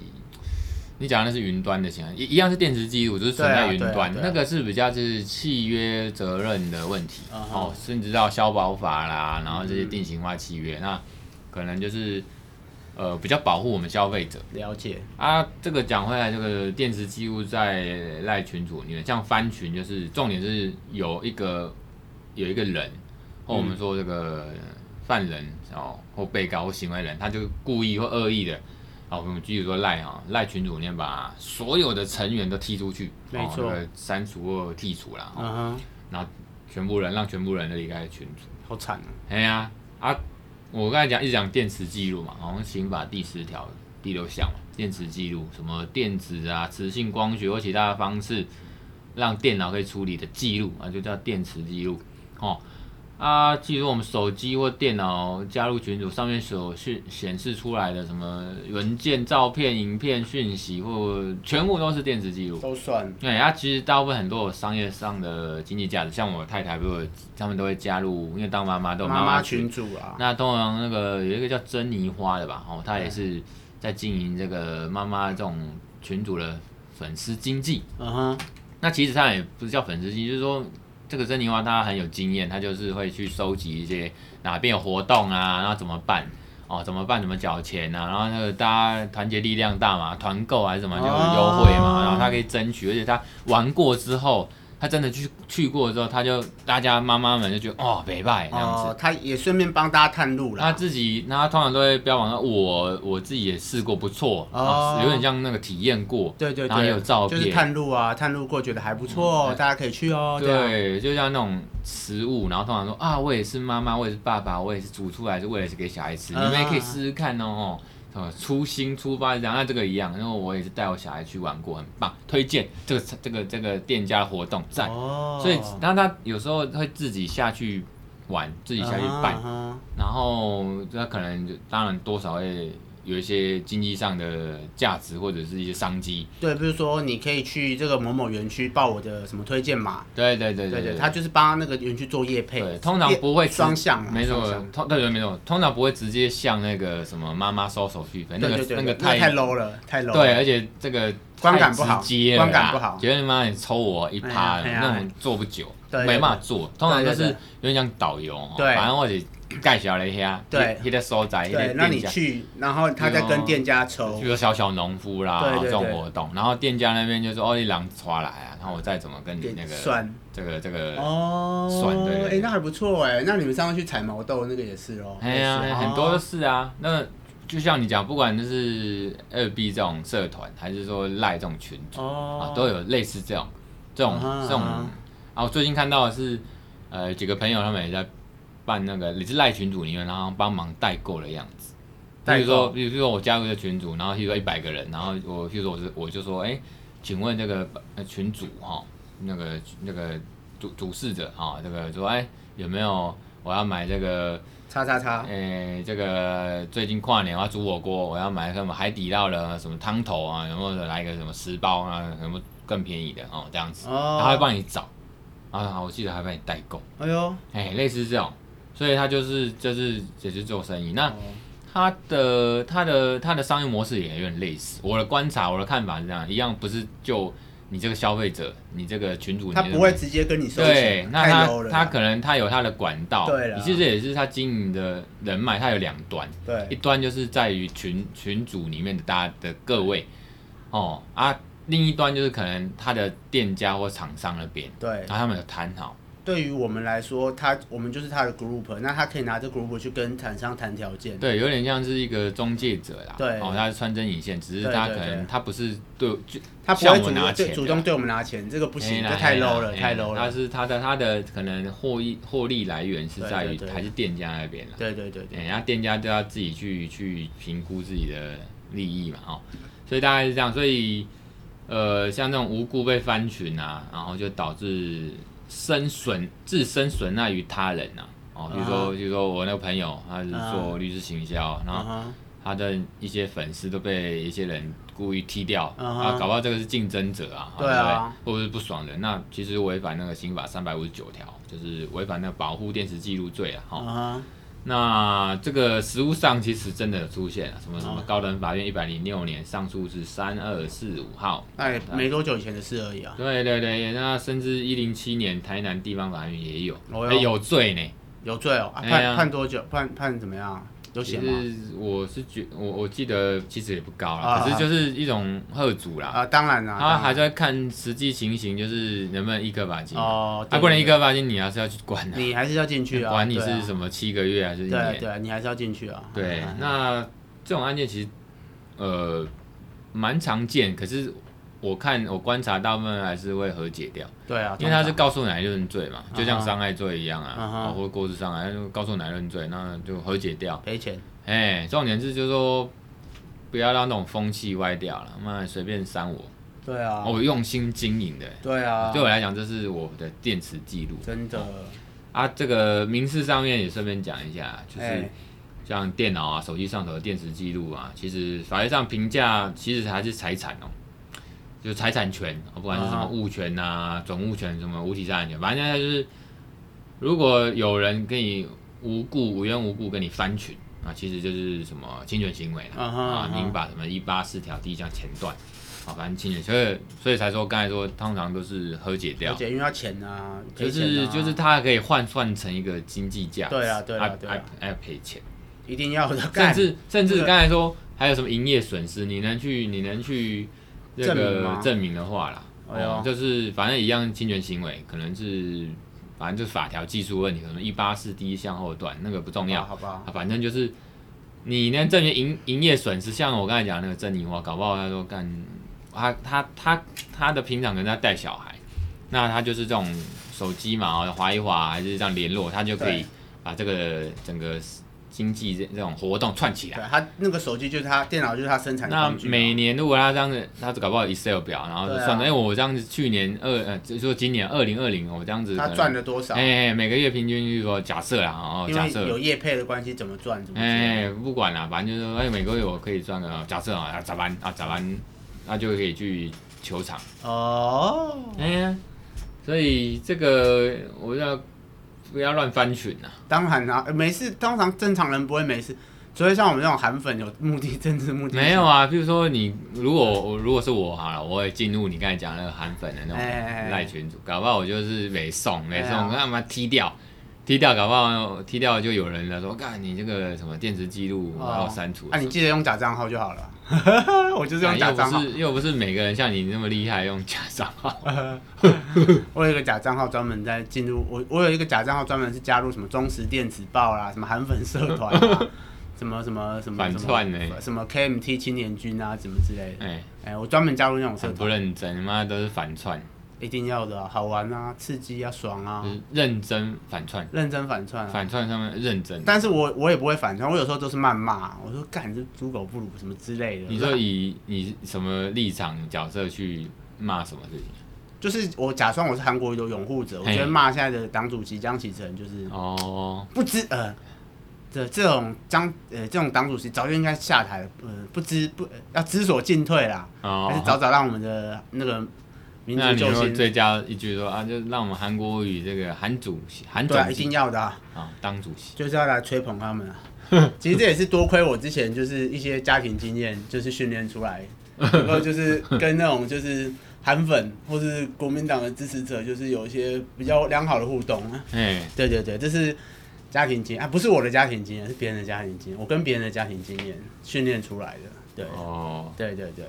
[SPEAKER 1] 你讲的那是云端的情况，一一样是电池记录，就是存在云
[SPEAKER 2] 对啊
[SPEAKER 1] 端，
[SPEAKER 2] 对啊对
[SPEAKER 1] 那
[SPEAKER 2] 啊
[SPEAKER 1] 个是比较就是契约责任的问题、
[SPEAKER 2] 啊哈
[SPEAKER 1] 哦，甚至到消保法啦，然后这些
[SPEAKER 2] 嗯
[SPEAKER 1] 定型化契约，那可能就是呃比较保护我们消费者。
[SPEAKER 2] 了解。
[SPEAKER 1] 啊，这个讲回来，这个电池记录在赖群组里面，像翻群就是重点是有一个有一个人，或我们
[SPEAKER 2] 嗯
[SPEAKER 1] 说这个犯人哦，或被告或行为人，他就故意或恶意的，啊，我们继续说赖哈赖群组里面把所有的成员都踢出去，
[SPEAKER 2] 没错
[SPEAKER 1] 哦那个删除或剔除啦，哦
[SPEAKER 2] 嗯哼，
[SPEAKER 1] 全部人让全部人都离开群组。
[SPEAKER 2] 好惨啊。
[SPEAKER 1] 哎呀啊我刚才讲一直讲电磁记录嘛，好像刑法第十条第六项嘛，电磁记录什么电子啊、磁性光学或其他的方式让电脑可以处理的记录啊，就叫电磁记录哦。啊，记录我们手机或电脑加入群组上面所显显示出来的什么文件、照片、影片、讯息或全部都是电子记录。
[SPEAKER 2] 都算
[SPEAKER 1] 对，它、其实大部分很多有商业上的经济价值，像我太太，不是他们都会加入，因为当妈妈都有
[SPEAKER 2] 妈
[SPEAKER 1] 妈
[SPEAKER 2] 妈
[SPEAKER 1] 群。
[SPEAKER 2] 群主啊，
[SPEAKER 1] 那通常那个有一个叫珍妮花的吧，哦，她也是在经营这个妈妈这种群主的粉丝经济。
[SPEAKER 2] 嗯哼，
[SPEAKER 1] 那其实她也不是叫粉丝经济，就是说这个珍妮花她很有经验，她就是会去收集一些哪边有活动啊，然后怎么办。哦，怎么办？怎么缴钱啊？然后那个大家团结力量大嘛，团购还是什么就有优惠嘛，
[SPEAKER 2] 哦
[SPEAKER 1] 然后她可以争取，而且她玩过之后，他真的去去过之后，他就大家妈妈们就觉得哦，北拜这样子。
[SPEAKER 2] 哦，他也顺便帮大家探路
[SPEAKER 1] 他
[SPEAKER 2] 啦。
[SPEAKER 1] 自己，那他通常都会标榜说，我我自己也试过，不错，
[SPEAKER 2] 哦
[SPEAKER 1] 啊有点像那个体验过，
[SPEAKER 2] 对对
[SPEAKER 1] 然后
[SPEAKER 2] 对，
[SPEAKER 1] 也有照片
[SPEAKER 2] 就是探路啊，探路过觉得还不错，
[SPEAKER 1] 嗯
[SPEAKER 2] 大家可以去哦。这样，
[SPEAKER 1] 对，就像那种食物，然后通常说啊，我也是妈妈，我也是爸爸，我也是煮出来是为了是给小孩吃，
[SPEAKER 2] 啊
[SPEAKER 1] 你们也可以试试看哦。哦呃，初心出发是这样，那这个一样，因为我也是带我小孩去玩过，很棒，推荐这个这个这个店家活动赞。
[SPEAKER 2] 哦，
[SPEAKER 1] 所以，那他有时候会自己下去玩，自
[SPEAKER 2] 自
[SPEAKER 1] 己下去办，
[SPEAKER 2] 办，
[SPEAKER 1] 然后他可能就当然多少会有一些经济上的价值或者是一些商机。
[SPEAKER 2] 对，比如说你可以去这个某某园区报我的什么推荐码，
[SPEAKER 1] 对对对
[SPEAKER 2] 对
[SPEAKER 1] 对
[SPEAKER 2] 对，他就是帮那个园区做业配
[SPEAKER 1] 对，，通常不会直
[SPEAKER 2] 双向啊
[SPEAKER 1] 没错
[SPEAKER 2] 双向，
[SPEAKER 1] 通对对没错，通常不会直接向那个什么妈妈收手续费，那
[SPEAKER 2] 对
[SPEAKER 1] 个
[SPEAKER 2] 对对，
[SPEAKER 1] 那
[SPEAKER 2] 对
[SPEAKER 1] 个
[SPEAKER 2] 那太 low 了，太 low 了。
[SPEAKER 1] 对，而且这个
[SPEAKER 2] 观
[SPEAKER 1] 太
[SPEAKER 2] 感不好
[SPEAKER 1] 直接了啦
[SPEAKER 2] 观感不好
[SPEAKER 1] 觉得你妈你抽我一趴了，
[SPEAKER 2] 哎呀哎呀
[SPEAKER 1] 那种做不久，
[SPEAKER 2] 对
[SPEAKER 1] 没办法做，通常就
[SPEAKER 2] 对
[SPEAKER 1] 是有点像导游哦，
[SPEAKER 2] 对
[SPEAKER 1] 反正或者盖小了一下，
[SPEAKER 2] 对
[SPEAKER 1] 一个收窄，一
[SPEAKER 2] 对
[SPEAKER 1] 个，
[SPEAKER 2] 那你
[SPEAKER 1] 店家。哦
[SPEAKER 2] 去，然后他再跟店家抽
[SPEAKER 1] 比，如小小农夫啦，
[SPEAKER 2] 对对
[SPEAKER 1] 这种
[SPEAKER 2] 对
[SPEAKER 1] 活动，然后店家那边就说哦，你狼抓来啊，然后我再怎么跟你
[SPEAKER 2] 给
[SPEAKER 1] 那个
[SPEAKER 2] 算
[SPEAKER 1] 这个这个
[SPEAKER 2] 哦，
[SPEAKER 1] 算对对对
[SPEAKER 2] 哎，那还不错哎，那你们上次去采毛豆那个也是哦，
[SPEAKER 1] 哎
[SPEAKER 2] 也
[SPEAKER 1] 呀，
[SPEAKER 2] 是
[SPEAKER 1] 很多
[SPEAKER 2] 哦
[SPEAKER 1] 都是啊。那就像你讲，不管就是二 B 这种社团，还是说赖这种群组、啊，
[SPEAKER 2] 哦
[SPEAKER 1] 都有类似这种这种、
[SPEAKER 2] 啊哈
[SPEAKER 1] 这种
[SPEAKER 2] 啊哈
[SPEAKER 1] 啊。我最近看到的是，呃，几个朋友他们也在办那个，也是赖群组里面，然后帮忙代购的样子。比
[SPEAKER 2] 代
[SPEAKER 1] 如说，
[SPEAKER 2] 购
[SPEAKER 1] 比如说我加入一个群组，然后譬如说一百个人，然后我譬如说我就我就说，哎、请问这个呃群主哈、那个那个主主事者啊、这个说，哎、有没有我要买这个
[SPEAKER 2] 叉叉叉，
[SPEAKER 1] 诶、这个最近跨年我啊要煮火锅，我要买什么海底捞的什么汤头啊，然后来一个什么十包啊，什么更便宜的哦，这样子，
[SPEAKER 2] 哦，
[SPEAKER 1] 他会帮你找，啊，我记得还帮你代购，
[SPEAKER 2] 哎呦，
[SPEAKER 1] 哎、类似这种，所以他就是就是也是做生意。那
[SPEAKER 2] 哦
[SPEAKER 1] 他的他的他的商业模式也有点类似，我的观察我的看法是这样，一样不是就你这个消费者，你这个群主，
[SPEAKER 2] 他
[SPEAKER 1] 你这
[SPEAKER 2] 不
[SPEAKER 1] 个
[SPEAKER 2] 会直接跟你收
[SPEAKER 1] 对
[SPEAKER 2] 钱，，
[SPEAKER 1] 那
[SPEAKER 2] 太 low
[SPEAKER 1] 他
[SPEAKER 2] 了啦，
[SPEAKER 1] 他可能他有他的管道，
[SPEAKER 2] 对啦
[SPEAKER 1] 其实也是他经营的人脉，他有两端，一
[SPEAKER 2] 对，
[SPEAKER 1] 端就是在于群群组里面的大家的各位，哦啊，另一端就是可能他的店家或厂商那边，
[SPEAKER 2] 对
[SPEAKER 1] 然，后他们有谈好，
[SPEAKER 2] 对于我们来说，他我们就是他的 group，那他可以拿这 group 去跟厂商谈条件，
[SPEAKER 1] 对，有点像是一个中介者啦，
[SPEAKER 2] 对
[SPEAKER 1] 哦，他是穿针引线，只是
[SPEAKER 2] 对
[SPEAKER 1] 他可
[SPEAKER 2] 对
[SPEAKER 1] 能
[SPEAKER 2] 对
[SPEAKER 1] 他不是对就
[SPEAKER 2] 他不会
[SPEAKER 1] 向我
[SPEAKER 2] 主
[SPEAKER 1] 拿
[SPEAKER 2] 动对
[SPEAKER 1] 钱
[SPEAKER 2] 主
[SPEAKER 1] 的
[SPEAKER 2] 动对我们拿钱，这个不行，
[SPEAKER 1] 哎
[SPEAKER 2] 这
[SPEAKER 1] 啦
[SPEAKER 2] 太
[SPEAKER 1] 哎啦
[SPEAKER 2] low 了，
[SPEAKER 1] 哎
[SPEAKER 2] 太
[SPEAKER 1] 啦
[SPEAKER 2] low
[SPEAKER 1] 他
[SPEAKER 2] 了，
[SPEAKER 1] 是他的他的可能获益获利来源是
[SPEAKER 2] 对
[SPEAKER 1] 在
[SPEAKER 2] 对
[SPEAKER 1] 于
[SPEAKER 2] 对
[SPEAKER 1] 还是店家那边啦。
[SPEAKER 2] 对对对对，
[SPEAKER 1] 人家店家都要自己去去评估自己的利益嘛，哦，所以大概是这样，所以呃，像这种无故被翻群啊，然后就导致身损自身损害于他人啊，哦，比如说、
[SPEAKER 2] 啊
[SPEAKER 1] 比如说我那个朋友，他是
[SPEAKER 2] 啊
[SPEAKER 1] 做律师行销，然
[SPEAKER 2] 嗯
[SPEAKER 1] 后
[SPEAKER 2] 哼，
[SPEAKER 1] 他的一些粉丝都被一些人故意踢掉，
[SPEAKER 2] 嗯哼
[SPEAKER 1] 啊，搞不好这个是竞争者啊，
[SPEAKER 2] 对啊
[SPEAKER 1] 不对，或者是不爽人，那其实违反那个刑法三百五十九条，就是违反那个保护电池记录罪啊，哈、
[SPEAKER 2] 嗯哼，
[SPEAKER 1] 那这个实物上其实真的有出现啊了，什么什么
[SPEAKER 2] 哦
[SPEAKER 1] 高等法院一百零六年上诉是三二四五号，
[SPEAKER 2] 那也没多久以前的事而已啊，
[SPEAKER 1] 对对对，那甚至一零七年台南地方法院也有，
[SPEAKER 2] 哦哟
[SPEAKER 1] 哎有罪呢。
[SPEAKER 2] 有罪哦，啊
[SPEAKER 1] 哎
[SPEAKER 2] 判
[SPEAKER 1] 呀
[SPEAKER 2] 判多久？判判怎么样？有
[SPEAKER 1] 其
[SPEAKER 2] 写吗？
[SPEAKER 1] 实我是觉我我记得其实也不高啦，
[SPEAKER 2] 啊
[SPEAKER 1] 可是就是一种贺阻啦，
[SPEAKER 2] 啊，当然啦，
[SPEAKER 1] 他
[SPEAKER 2] 当
[SPEAKER 1] 还
[SPEAKER 2] 然
[SPEAKER 1] 在看实际情形，就是能不能一颗罚金，啊
[SPEAKER 2] 哦，对
[SPEAKER 1] 不能一，
[SPEAKER 2] 对
[SPEAKER 1] 颗罚金你还是要去关的，
[SPEAKER 2] 对你还是要进去啊，
[SPEAKER 1] 管你
[SPEAKER 2] 对啊
[SPEAKER 1] 是什么七个月还是一
[SPEAKER 2] 对啊
[SPEAKER 1] 年，
[SPEAKER 2] 对啊，你还是要进去啊，
[SPEAKER 1] 对
[SPEAKER 2] 嗯，
[SPEAKER 1] 那这种案件其实呃蛮常见，可是我看我观察大部分还是会和解掉，
[SPEAKER 2] 对啊，
[SPEAKER 1] 因为他是
[SPEAKER 2] 通
[SPEAKER 1] 告诉乃论罪嘛，就像
[SPEAKER 2] 啊哈
[SPEAKER 1] 伤害罪一样
[SPEAKER 2] 啊
[SPEAKER 1] 啊，
[SPEAKER 2] 哈
[SPEAKER 1] 哦或过失伤害，就告诉乃论罪，那就和解掉
[SPEAKER 2] 常。赔钱，
[SPEAKER 1] 哎，重点是就是说不要让那种风气歪掉了，妈的随便删我，哦
[SPEAKER 2] 对啊，
[SPEAKER 1] 我用心经营的。
[SPEAKER 2] 对啊，
[SPEAKER 1] 对我来讲，这是我的电池记录
[SPEAKER 2] 真的，
[SPEAKER 1] 啊。这个民事上面也顺便讲一下，就是
[SPEAKER 2] 哎，
[SPEAKER 1] 像电脑啊、手机上头的电池记录啊，其实法律上评价其实还是财产哦，就是财产权，哦不管是什
[SPEAKER 2] 啊
[SPEAKER 1] 么
[SPEAKER 2] 哈
[SPEAKER 1] 物权啊、准物权、什么无体财产权，反正它就是如果有人跟你无故、无缘无故跟你翻群啊，其实就是什么侵权行为啦
[SPEAKER 2] 啊哈啊
[SPEAKER 1] 啊，
[SPEAKER 2] 哈
[SPEAKER 1] 民法什么一八四条第一项前段啊，反正侵权，所以所以才说刚才说通常都是和解
[SPEAKER 2] 而
[SPEAKER 1] 掉。
[SPEAKER 2] 且因为要钱啊，
[SPEAKER 1] 就
[SPEAKER 2] 赔钱
[SPEAKER 1] 是
[SPEAKER 2] 啊
[SPEAKER 1] 就是，它可以换算成一个经济价值，
[SPEAKER 2] 对啊对啊对啊
[SPEAKER 1] 啊，要赔钱。
[SPEAKER 2] 一定要的，
[SPEAKER 1] 甚
[SPEAKER 2] 干
[SPEAKER 1] 至甚
[SPEAKER 2] 这
[SPEAKER 1] 至
[SPEAKER 2] 个
[SPEAKER 1] 刚才说还有什么营业损失，你能去你能去这
[SPEAKER 2] 证明
[SPEAKER 1] 个
[SPEAKER 2] 吗
[SPEAKER 1] 证明的话啦，
[SPEAKER 2] 哎呦
[SPEAKER 1] 哦，就是反正一样侵权行为，可能是反正就是法条技术问题，可能一八四第一项后段那个不重要，
[SPEAKER 2] 好吧，
[SPEAKER 1] 啊，反正就是你能证明营营业损失，像我刚才讲的那个珍妮花，搞不好他说干他他他他的平常可能在带小孩，那他就是这种手机嘛，哦划一划还是这样联络，他就可以
[SPEAKER 2] 对
[SPEAKER 1] 把这个整个经济这这种活动串起来
[SPEAKER 2] 对。他那个手机就是他电脑就是他生产 的
[SPEAKER 1] 那
[SPEAKER 2] 工具嘛啊
[SPEAKER 1] 每年如果他这样子，他搞不好 Excel 表，然后就
[SPEAKER 2] 对啊
[SPEAKER 1] 算了，哎、我这样子去年二呃，就是说今年二零二零，我这样子
[SPEAKER 2] 他
[SPEAKER 1] 可能
[SPEAKER 2] 赚了多少？
[SPEAKER 1] 哎、每个月平均就是说假设啦，哦，
[SPEAKER 2] 因
[SPEAKER 1] 假
[SPEAKER 2] 为
[SPEAKER 1] 设
[SPEAKER 2] 有业配的关系，怎么赚怎么
[SPEAKER 1] 哎、
[SPEAKER 2] 赚。
[SPEAKER 1] 不管啦，反正就是说，哎、每个月我可以赚个假设啊，咋办啊，咋办，那就可以去球场。
[SPEAKER 2] 哦，
[SPEAKER 1] 哎、呀，所以这个我要不要乱翻群啊？
[SPEAKER 2] 当然啦、呃没事，通常正常人不会没事，除非像我们这种韩粉有目的政治目的。
[SPEAKER 1] 没有，啊，比如说你如果我如果是我好了，我也进入你刚才讲的那个韩粉的那
[SPEAKER 2] 哎哎
[SPEAKER 1] 种
[SPEAKER 2] 哎
[SPEAKER 1] 赖群主，搞不好我就是没送没送，
[SPEAKER 2] 哎呀
[SPEAKER 1] 我他妈踢掉。踢掉，搞不好踢掉就有人来说，干你这个什么电池记录，然
[SPEAKER 2] 哦
[SPEAKER 1] 后删除。
[SPEAKER 2] 啊，你记得用假账号就好了。 我就是
[SPEAKER 1] 啊
[SPEAKER 2] 用假
[SPEAKER 1] 又
[SPEAKER 2] 账
[SPEAKER 1] 不
[SPEAKER 2] 号，
[SPEAKER 1] 是又不是每个人像你那么厉害用假账号。
[SPEAKER 2] 我有一个假账号专门在进入我，我有一个假账号专门是加入什么中时电子报啦，什么韩粉社团啊， 什么什么什么
[SPEAKER 1] 反
[SPEAKER 2] 什么
[SPEAKER 1] 串欸
[SPEAKER 2] 什么 KMT 青年军啊，什么之类的。
[SPEAKER 1] 哎，
[SPEAKER 2] 哎、我专门加入那种社
[SPEAKER 1] 很不
[SPEAKER 2] 团，
[SPEAKER 1] 认真，妈都是反串，
[SPEAKER 2] 一定要的、啊，好玩啊，刺激啊，爽啊，
[SPEAKER 1] 就是认真反串，
[SPEAKER 2] 认真反串啊。
[SPEAKER 1] 嗯反串上面认真。
[SPEAKER 2] 但是我我也不会反串，我有时候都是谩骂，我说干这猪狗不如什么之类的。
[SPEAKER 1] 你说以你什么立场角色去骂什么事情？
[SPEAKER 2] 就是我假装我是韩国瑜的拥护者，我
[SPEAKER 1] 嘿
[SPEAKER 2] 觉得骂现在的党主席江启臣就是
[SPEAKER 1] 哦，
[SPEAKER 2] 不知呃，这这种江呃这种党主席早就应该下台了，呃不知不、呃要知所进退啦，还是
[SPEAKER 1] 哦，
[SPEAKER 2] 早早让我们的那个民
[SPEAKER 1] 那
[SPEAKER 2] 族
[SPEAKER 1] 你
[SPEAKER 2] 救
[SPEAKER 1] 如果
[SPEAKER 2] 星，
[SPEAKER 1] 最佳一句说啊，就让我们韩国语这个韩主席、韩
[SPEAKER 2] 对啊，
[SPEAKER 1] 总
[SPEAKER 2] 一定
[SPEAKER 1] 席
[SPEAKER 2] 要的、啊。
[SPEAKER 1] 啊当主席，
[SPEAKER 2] 就是要来吹捧 他们啊。其实这也是多亏我之前就是一些家庭经验，就是训练出来，然后就是跟那种就是韩粉或是国民党的支持者，就是有一些比较良好的互动。啊
[SPEAKER 1] 哎，
[SPEAKER 2] 对对对，这是家庭经啊，不是我的家庭经验，是别人的家庭经验，我跟别人的家庭经验训练出来的。对
[SPEAKER 1] 哦，
[SPEAKER 2] 对对对，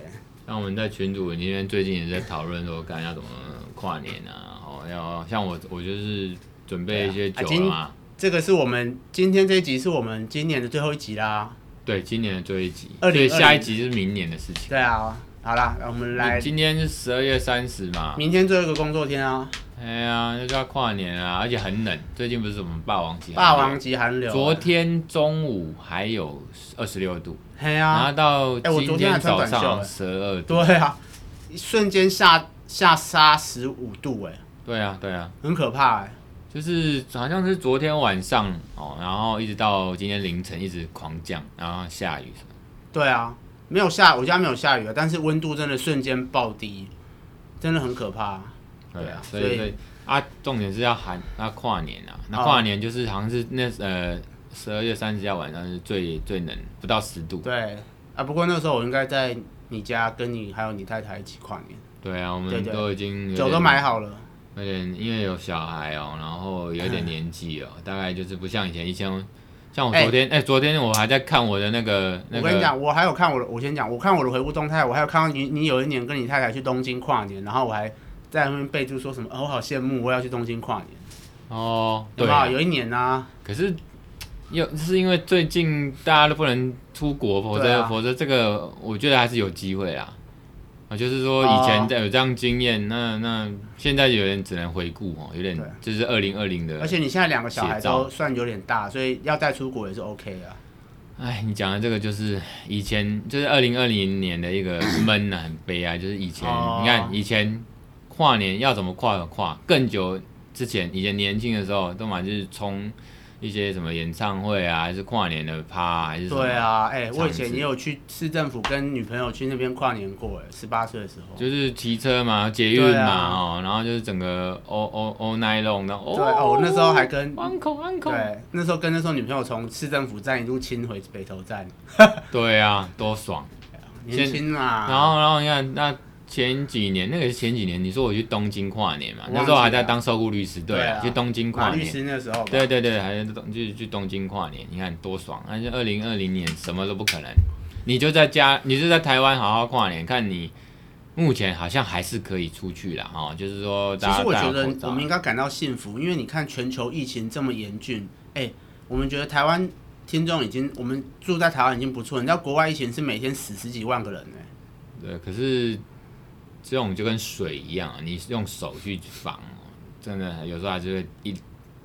[SPEAKER 1] 那我们在群组里面最近也在讨论说，看要怎么跨年啊，哦，要像我我就是准备一些
[SPEAKER 2] 对啊啊
[SPEAKER 1] 酒
[SPEAKER 2] 今
[SPEAKER 1] 了嘛，
[SPEAKER 2] 这个是我们今天这一集是我们今年的最后一集啦。
[SPEAKER 1] 对，今年的最后一集，所
[SPEAKER 2] 2020
[SPEAKER 1] 以下一集是明年的事情。
[SPEAKER 2] 对啊，好啦，那我们来，
[SPEAKER 1] 今天是十二月三十嘛，
[SPEAKER 2] 明天最后一个工作天啊，
[SPEAKER 1] 哎呀，那就要跨年啊，而且很冷。最近不是什么霸王节，
[SPEAKER 2] 霸王级寒流啊。
[SPEAKER 1] 昨天中午还有二十六度，
[SPEAKER 2] 嘿
[SPEAKER 1] 然
[SPEAKER 2] 啊
[SPEAKER 1] 后，到
[SPEAKER 2] 哎我
[SPEAKER 1] 今
[SPEAKER 2] 昨天还穿
[SPEAKER 1] 早
[SPEAKER 2] 短袖
[SPEAKER 1] 上
[SPEAKER 2] 哎
[SPEAKER 1] 十二度。
[SPEAKER 2] 对啊，一瞬间下下杀十五度、哎，
[SPEAKER 1] 对啊，对啊，
[SPEAKER 2] 很可怕、哎。
[SPEAKER 1] 就是好像是昨天晚上哦，然后一直到今天凌晨一直狂降，然后下雨什么。
[SPEAKER 2] 对啊，没有下，我家没有下雨啊，但是温度真的瞬间暴低，真的很可怕。对啊
[SPEAKER 1] 所
[SPEAKER 2] 所
[SPEAKER 1] 以
[SPEAKER 2] 以
[SPEAKER 1] 所以啊，重点是要喊啊跨年啊，那
[SPEAKER 2] 哦
[SPEAKER 1] 跨年就是好像是那呃十二月三十号晚上是最最冷，不到十度。
[SPEAKER 2] 对啊，不过那时候我应该在你家跟你还有你太太一起跨年，
[SPEAKER 1] 对啊，我
[SPEAKER 2] 对
[SPEAKER 1] 们
[SPEAKER 2] 对
[SPEAKER 1] 都已经有
[SPEAKER 2] 酒都
[SPEAKER 1] 点
[SPEAKER 2] 买好了。
[SPEAKER 1] 有点因为有小孩哦、然后有点年纪
[SPEAKER 2] 嗯
[SPEAKER 1] 哦、大概就是不像以前，以前像我昨天，哎、昨天我还在看我的那个那
[SPEAKER 2] 我跟你
[SPEAKER 1] 个，
[SPEAKER 2] 讲，我还有看我的，我先讲，我看我的回顾动态，我还有看到你，你有一年跟你太太去东京跨年，然后我还在那边备注说什么，哦，我好羡慕，我要去东京跨年，
[SPEAKER 1] 哦，
[SPEAKER 2] 有
[SPEAKER 1] 对
[SPEAKER 2] 没
[SPEAKER 1] 啊，
[SPEAKER 2] 有？有一年啊，
[SPEAKER 1] 可是又是因为最近大家都不能出国，否
[SPEAKER 2] 对
[SPEAKER 1] 则、
[SPEAKER 2] 啊
[SPEAKER 1] 否则这个我觉得还是有机会啊。啊，就是说
[SPEAKER 2] 哦
[SPEAKER 1] 以前有这样经验，那那现在有点只能回顾哦，有点
[SPEAKER 2] 对
[SPEAKER 1] 就是二零二零的
[SPEAKER 2] 而。且你现在两个小孩
[SPEAKER 1] 啊写照
[SPEAKER 2] 都算有点大，所以要带出国也是 OK 的啊。
[SPEAKER 1] 哎，你讲的这个就是以前就是二零二零年的一 个闷啊，很悲哀。就是以前、
[SPEAKER 2] 哦
[SPEAKER 1] 你看以前跨年要怎么跨的跨，更久之前以前年轻的时候，都嘛就是冲一些什么演唱会啊，还是跨年的趴、还是什么
[SPEAKER 2] 对啊，哎、我以前
[SPEAKER 1] 场子
[SPEAKER 2] 也有去市政府跟女朋友去那边跨年过，哎，十八岁的时候。
[SPEAKER 1] 就是骑车嘛，捷运
[SPEAKER 2] 对
[SPEAKER 1] 嘛，
[SPEAKER 2] 啊
[SPEAKER 1] 哦，然后就是整个 all all all night long，然后
[SPEAKER 2] 对哦，我那时候还跟
[SPEAKER 1] uncle uncle，
[SPEAKER 2] 对那时候跟那时候女朋友从市政府站一路亲回北投站，
[SPEAKER 1] 对啊，多爽！
[SPEAKER 2] 年轻啊嘛。
[SPEAKER 1] 然后，然后你看，那前几年，那个是前几年，你说我去东京跨年嘛
[SPEAKER 2] 我？忘
[SPEAKER 1] 那
[SPEAKER 2] 记
[SPEAKER 1] 时候还在当受雇律师，对
[SPEAKER 2] 对
[SPEAKER 1] 啊，
[SPEAKER 2] 啊
[SPEAKER 1] 去东京跨
[SPEAKER 2] 马律
[SPEAKER 1] 年，
[SPEAKER 2] 师那时候吧，
[SPEAKER 1] 对啊对对，还是东去去东京跨年，你看多爽！但是二零二零年什么都不可能，你就在家，你就在台湾好好跨年，看你目前好像还是可以出去了哈、哦，就是说
[SPEAKER 2] 其
[SPEAKER 1] 大
[SPEAKER 2] 实
[SPEAKER 1] 家
[SPEAKER 2] 我
[SPEAKER 1] 戴
[SPEAKER 2] 觉
[SPEAKER 1] 好
[SPEAKER 2] 得
[SPEAKER 1] 口罩
[SPEAKER 2] 我们应该感到幸福，因为你看全球疫情这么严峻，哎、我们觉得台湾听众已经，我们住在台湾已经不错了，你知道国外疫情是每天死十几万个人呢、哎
[SPEAKER 1] 对，可是这种就跟水一样，啊你用手去防哦，真的有时候还是会一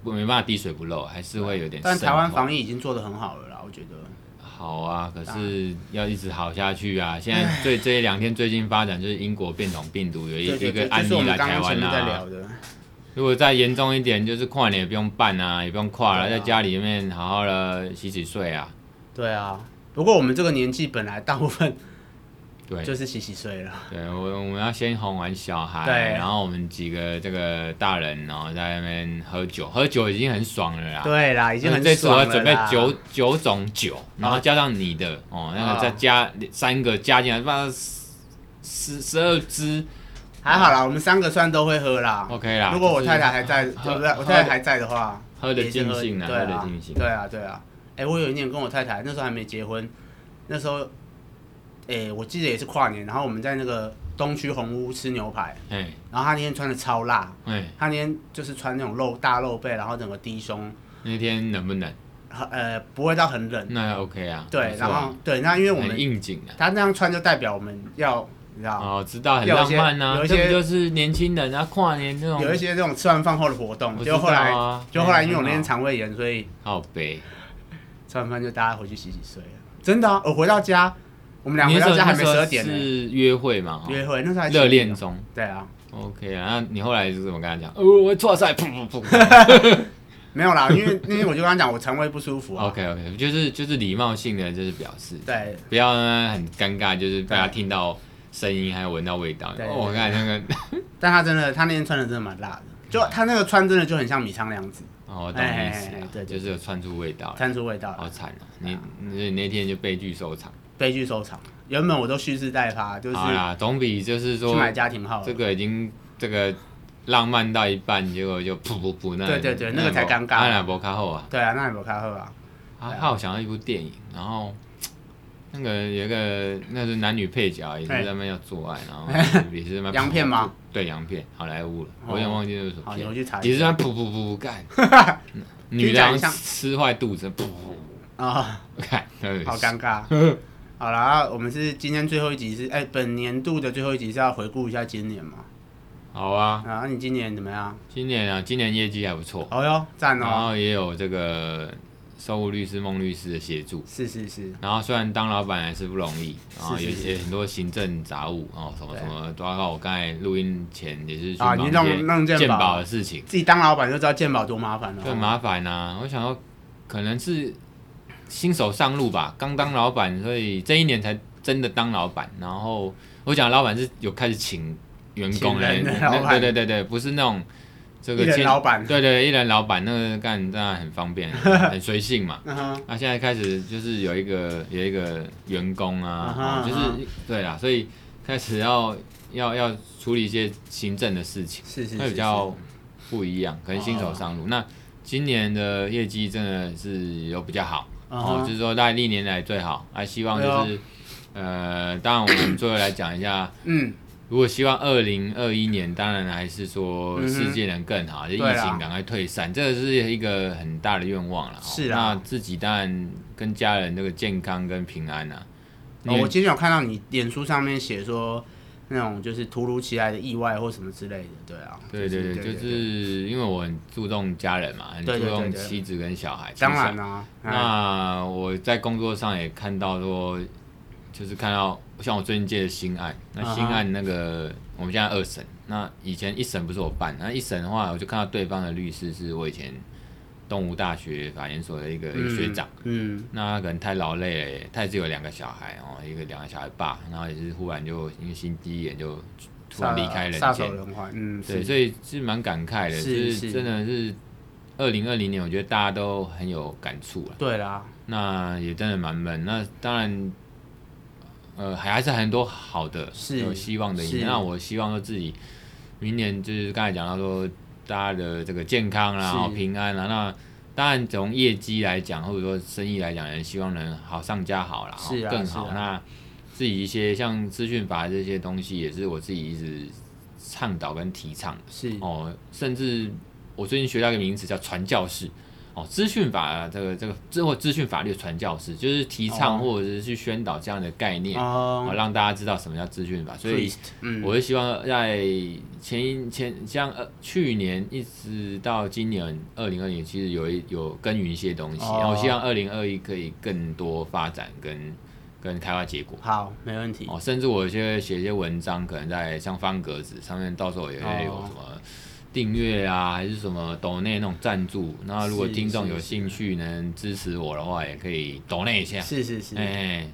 [SPEAKER 1] 不没办法滴水不漏，还是会有点渗
[SPEAKER 2] 但
[SPEAKER 1] 透。
[SPEAKER 2] 台湾防疫已经做得很好了啦，我觉得。
[SPEAKER 1] 好啊，可是要一直好下去 啊！现在最这两天最近发展就是英国变种病毒有一
[SPEAKER 2] 对对
[SPEAKER 1] 一
[SPEAKER 2] 对，
[SPEAKER 1] 个
[SPEAKER 2] 就
[SPEAKER 1] 案
[SPEAKER 2] 是我
[SPEAKER 1] 例
[SPEAKER 2] 们
[SPEAKER 1] 来
[SPEAKER 2] 刚
[SPEAKER 1] 台
[SPEAKER 2] 刚前
[SPEAKER 1] 湾
[SPEAKER 2] 面在
[SPEAKER 1] 啊
[SPEAKER 2] 聊。的，
[SPEAKER 1] 如果再严重一点，就是跨年也不用办啊，也不用跨了，
[SPEAKER 2] 对啊
[SPEAKER 1] 在家里面好好的洗洗睡啊。
[SPEAKER 2] 对啊。不过我们这个年纪本来大部分
[SPEAKER 1] 对，
[SPEAKER 2] 就是洗洗睡了，
[SPEAKER 1] 对我我们要先哄完小孩，
[SPEAKER 2] 对
[SPEAKER 1] 然后我们几个这个大人，然后在那边喝酒，喝酒已经很爽了啦。
[SPEAKER 2] 对啦，已经很
[SPEAKER 1] 啊这组合
[SPEAKER 2] 爽了啦。嗯
[SPEAKER 1] 准备九九种酒，然后加上你的哦，那
[SPEAKER 2] 啊
[SPEAKER 1] 个再加三个加进来，把十十二支
[SPEAKER 2] 还好啦，我们三个算都会喝啦。
[SPEAKER 1] OK 啦。
[SPEAKER 2] 啊如果我
[SPEAKER 1] 啊就是
[SPEAKER 2] 太太还在，
[SPEAKER 1] 喝
[SPEAKER 2] 对不对？我
[SPEAKER 1] 喝
[SPEAKER 2] 太太还在的话，
[SPEAKER 1] 喝得
[SPEAKER 2] 也是
[SPEAKER 1] 尽兴啊
[SPEAKER 2] 对
[SPEAKER 1] 喝得
[SPEAKER 2] 啊，
[SPEAKER 1] 尽兴
[SPEAKER 2] 对啊，对啊。哎，我有一年跟我太太那时候还没结婚，那时候，哎，我记得也是跨年，然后我们在那个东区红屋吃牛排，
[SPEAKER 1] 哎
[SPEAKER 2] 然后她那天穿的超辣，
[SPEAKER 1] 哎，
[SPEAKER 2] 她那天就是穿那种露大露背，然后整个低胸，
[SPEAKER 1] 那天冷不冷？
[SPEAKER 2] 呃，不会到很冷，
[SPEAKER 1] 那 OK 啊。
[SPEAKER 2] 对，
[SPEAKER 1] 不错
[SPEAKER 2] 然
[SPEAKER 1] 啊
[SPEAKER 2] 后对，那因为我
[SPEAKER 1] 很
[SPEAKER 2] 们
[SPEAKER 1] 应景啊。
[SPEAKER 2] 她那样穿就代表我们要，你知道。
[SPEAKER 1] 哦，知道很
[SPEAKER 2] 啊有一
[SPEAKER 1] 浪
[SPEAKER 2] 些
[SPEAKER 1] 漫啊，
[SPEAKER 2] 有一
[SPEAKER 1] 这
[SPEAKER 2] 些
[SPEAKER 1] 不就是年轻人啊，跨年这种
[SPEAKER 2] 有一些这种吃完饭后的活动，
[SPEAKER 1] 我
[SPEAKER 2] 就后
[SPEAKER 1] 知
[SPEAKER 2] 来
[SPEAKER 1] 道啊
[SPEAKER 2] 就后来因为我
[SPEAKER 1] 嗯
[SPEAKER 2] 那天
[SPEAKER 1] 很好
[SPEAKER 2] 肠胃炎，所以
[SPEAKER 1] 好悲。
[SPEAKER 2] 吃完饭就大家回去洗洗睡了。真的啊，我回到家，我们俩
[SPEAKER 1] 你
[SPEAKER 2] 回
[SPEAKER 1] 那时
[SPEAKER 2] 到
[SPEAKER 1] 候
[SPEAKER 2] 家还没
[SPEAKER 1] 那
[SPEAKER 2] 十
[SPEAKER 1] 时候
[SPEAKER 2] 二点呢。
[SPEAKER 1] 是约会嘛？哦
[SPEAKER 2] 约会那时候还
[SPEAKER 1] 热恋。中。
[SPEAKER 2] 对啊，
[SPEAKER 1] OK 啊，那你后来是怎么跟他讲？哦，我错赛，噗噗 噗。
[SPEAKER 2] 没有啦， 因为那天我就跟他讲我肠胃不舒服啊。
[SPEAKER 1] OK OK，就是就是礼貌性的就是表示，
[SPEAKER 2] 对，
[SPEAKER 1] 不要呢很尴尬，就是大家
[SPEAKER 2] 对
[SPEAKER 1] 听到声音还有闻到味道。
[SPEAKER 2] 对
[SPEAKER 1] 哦，我看那个，
[SPEAKER 2] 但他真的，他那天穿的真的蛮辣的，就他那个穿真的就很像米仓凉子，
[SPEAKER 1] 哦，我懂你意思
[SPEAKER 2] 哎哎哎
[SPEAKER 1] 了，
[SPEAKER 2] 对对
[SPEAKER 1] 就是有窜出味道了，
[SPEAKER 2] 穿出味道
[SPEAKER 1] 好
[SPEAKER 2] 了，
[SPEAKER 1] 惨啊！你你那天就悲剧收场。
[SPEAKER 2] 悲剧收场。原本我都蓄势待发，就是
[SPEAKER 1] 好啦，总比就是
[SPEAKER 2] 去
[SPEAKER 1] 哎说
[SPEAKER 2] 买家庭号了
[SPEAKER 1] 这。个已经这个浪漫到一半，结果就噗噗噗那
[SPEAKER 2] 对对对那个才尴尬
[SPEAKER 1] 阿拉伯卡后啊。
[SPEAKER 2] 对啊，那也没有开喝啊。
[SPEAKER 1] 啊
[SPEAKER 2] 对啊，
[SPEAKER 1] 他有想到一部电影，然后那个有一个那是男女配角，也是
[SPEAKER 2] 哎
[SPEAKER 1] 他们要做爱， 然后也是他妈
[SPEAKER 2] 洋片吗？
[SPEAKER 1] 对，洋片，好莱坞了，
[SPEAKER 2] 哦
[SPEAKER 1] 我有点忘记那是什么
[SPEAKER 2] 好，你回
[SPEAKER 1] 片，
[SPEAKER 2] 去查
[SPEAKER 1] 也
[SPEAKER 2] 一
[SPEAKER 1] 是
[SPEAKER 2] 下
[SPEAKER 1] 他噗噗噗噗干， 女
[SPEAKER 2] 听起来
[SPEAKER 1] 郎
[SPEAKER 2] 像
[SPEAKER 1] 吃坏肚子，噗噗
[SPEAKER 2] 啊。
[SPEAKER 1] 噗干，
[SPEAKER 2] 好
[SPEAKER 1] 干，
[SPEAKER 2] 尴尬。 好啦，我们是今天最后一集是哎、本年度的最后一集是要回顾一下今年嘛？
[SPEAKER 1] 好啊，
[SPEAKER 2] 啊，你今年怎么样？
[SPEAKER 1] 今年啊，今年业绩还不错，
[SPEAKER 2] 哦哟，赞
[SPEAKER 1] 然
[SPEAKER 2] 哦！
[SPEAKER 1] 后也有这个收务律师孟律师的协助。
[SPEAKER 2] 是是是，
[SPEAKER 1] 然后虽然当老板还是不容易啊，
[SPEAKER 2] 是
[SPEAKER 1] 有
[SPEAKER 2] 是是
[SPEAKER 1] 些很多行政杂务哦，什么
[SPEAKER 2] 对
[SPEAKER 1] 什么，包括我刚才录音前也是去
[SPEAKER 2] 啊
[SPEAKER 1] 忙一
[SPEAKER 2] 你弄
[SPEAKER 1] 些
[SPEAKER 2] 弄鉴
[SPEAKER 1] 鉴
[SPEAKER 2] 宝哦
[SPEAKER 1] 宝的事情，
[SPEAKER 2] 自己当老板就知道鉴宝多麻烦了、
[SPEAKER 1] 就很麻烦呐、我想说，可能是新手上路吧，刚当老板，所以这一年才真的当老板。然后我讲老板是有开始请员工哎
[SPEAKER 2] 请人的
[SPEAKER 1] 那
[SPEAKER 2] 老板
[SPEAKER 1] 对对对对，不是那种这个
[SPEAKER 2] 一人
[SPEAKER 1] 签
[SPEAKER 2] 老板
[SPEAKER 1] 对对，一人老板那个干当然很方 便，很随性嘛。
[SPEAKER 2] 嗯哼，
[SPEAKER 1] 啊那现在开始就是有一个有一个员工啊，
[SPEAKER 2] 啊哈
[SPEAKER 1] 哦就
[SPEAKER 2] 啊哈
[SPEAKER 1] 是对啦，所以开始要要要处理一些行政的事情，
[SPEAKER 2] 是是
[SPEAKER 1] 会
[SPEAKER 2] 是哦
[SPEAKER 1] 比较不一样，可能新手上路。那今年的业绩真的是有比较好，
[SPEAKER 2] 啊
[SPEAKER 1] 哦
[SPEAKER 2] 哈，
[SPEAKER 1] 就是说在历年来最好，啊，希望
[SPEAKER 2] 哎
[SPEAKER 1] 就是、呃，当然我们最后来讲一下，
[SPEAKER 2] 嗯，
[SPEAKER 1] 如果希望二零二一年，当然还是说
[SPEAKER 2] 嗯哼
[SPEAKER 1] 世界能更好，就疫
[SPEAKER 2] 嗯对啦
[SPEAKER 1] 情赶快退散，这个是一个很大的愿望了。
[SPEAKER 2] 是
[SPEAKER 1] 啊，
[SPEAKER 2] 啊
[SPEAKER 1] 那自己当然跟家人这个健康跟平安啊。
[SPEAKER 2] 哦
[SPEAKER 1] 你，
[SPEAKER 2] 我今天有看到你脸书上面写说那种就是突如其来的意外或什么之类的，对啊，
[SPEAKER 1] 对对对，就是因为我很注重家人嘛，很
[SPEAKER 2] 对
[SPEAKER 1] 注
[SPEAKER 2] 对对
[SPEAKER 1] 重
[SPEAKER 2] 对
[SPEAKER 1] 妻子跟小孩。
[SPEAKER 2] 当然
[SPEAKER 1] 其实
[SPEAKER 2] 啦、啊，
[SPEAKER 1] 那我在工作上也看到说，就是看到像我最近接的新案，那
[SPEAKER 2] 啊哈
[SPEAKER 1] 新案那个、我们现在二审，那以前一审不是我办，那一审的话，我就看到对方的律师是我以前东吴大学法研所的一个、一个学长，
[SPEAKER 2] 嗯，嗯，
[SPEAKER 1] 那他可能太劳累了，他也是有两个小孩哦，一个两个小孩爸，然后也是忽然就因为心机眼就突然离开人
[SPEAKER 2] 撒
[SPEAKER 1] 间
[SPEAKER 2] 手，人寰，嗯，
[SPEAKER 1] 对，
[SPEAKER 2] 是
[SPEAKER 1] 所以是蛮感慨的，
[SPEAKER 2] 是
[SPEAKER 1] 就是
[SPEAKER 2] 是
[SPEAKER 1] 真的是二零二零年，我觉得大家都很有感触了。
[SPEAKER 2] 对啦，
[SPEAKER 1] 那也真的蛮闷。那当然，呃，还还是很多好的，
[SPEAKER 2] 是
[SPEAKER 1] 有希望的一面。
[SPEAKER 2] 是
[SPEAKER 1] 那我希望说自己明年就是刚才讲到说大家的这个健康啦、
[SPEAKER 2] 是
[SPEAKER 1] 好平安啦。那当然从业绩来讲，或者说生意来讲，也希望能好上加好啦，
[SPEAKER 2] 是啊
[SPEAKER 1] 更好。
[SPEAKER 2] 是啊
[SPEAKER 1] 那自己一些像资讯法这些东西，也是我自己一直倡导跟提倡。
[SPEAKER 2] 是
[SPEAKER 1] 哦，甚至我最近学到一个名词叫传教士。哦，资讯法这个这个之后资讯法律的传教士，就是提倡
[SPEAKER 2] 哦
[SPEAKER 1] 或者是去宣导这样的概念，
[SPEAKER 2] 哦
[SPEAKER 1] 哦，让大家知道什么叫资讯法。所以
[SPEAKER 2] Priest，嗯，
[SPEAKER 1] 我是希望在前一前像呃去年一直到今年二零二零，其实有一有耕耘一些东西，
[SPEAKER 2] 哦
[SPEAKER 1] 然后希望二零二一可以更多发展跟跟开花结果。
[SPEAKER 2] 好，没问题。
[SPEAKER 1] 哦，甚至我有些写一些文章，可能在像方格子上面，到时候也会有
[SPEAKER 2] 哦
[SPEAKER 1] 什么订阅啊，还是什么抖内那种赞助。那如果
[SPEAKER 2] 是
[SPEAKER 1] 听众
[SPEAKER 2] 是
[SPEAKER 1] 有
[SPEAKER 2] 是
[SPEAKER 1] 兴趣能支持我的话，也可以抖内一下。
[SPEAKER 2] 是是是，
[SPEAKER 1] 哎、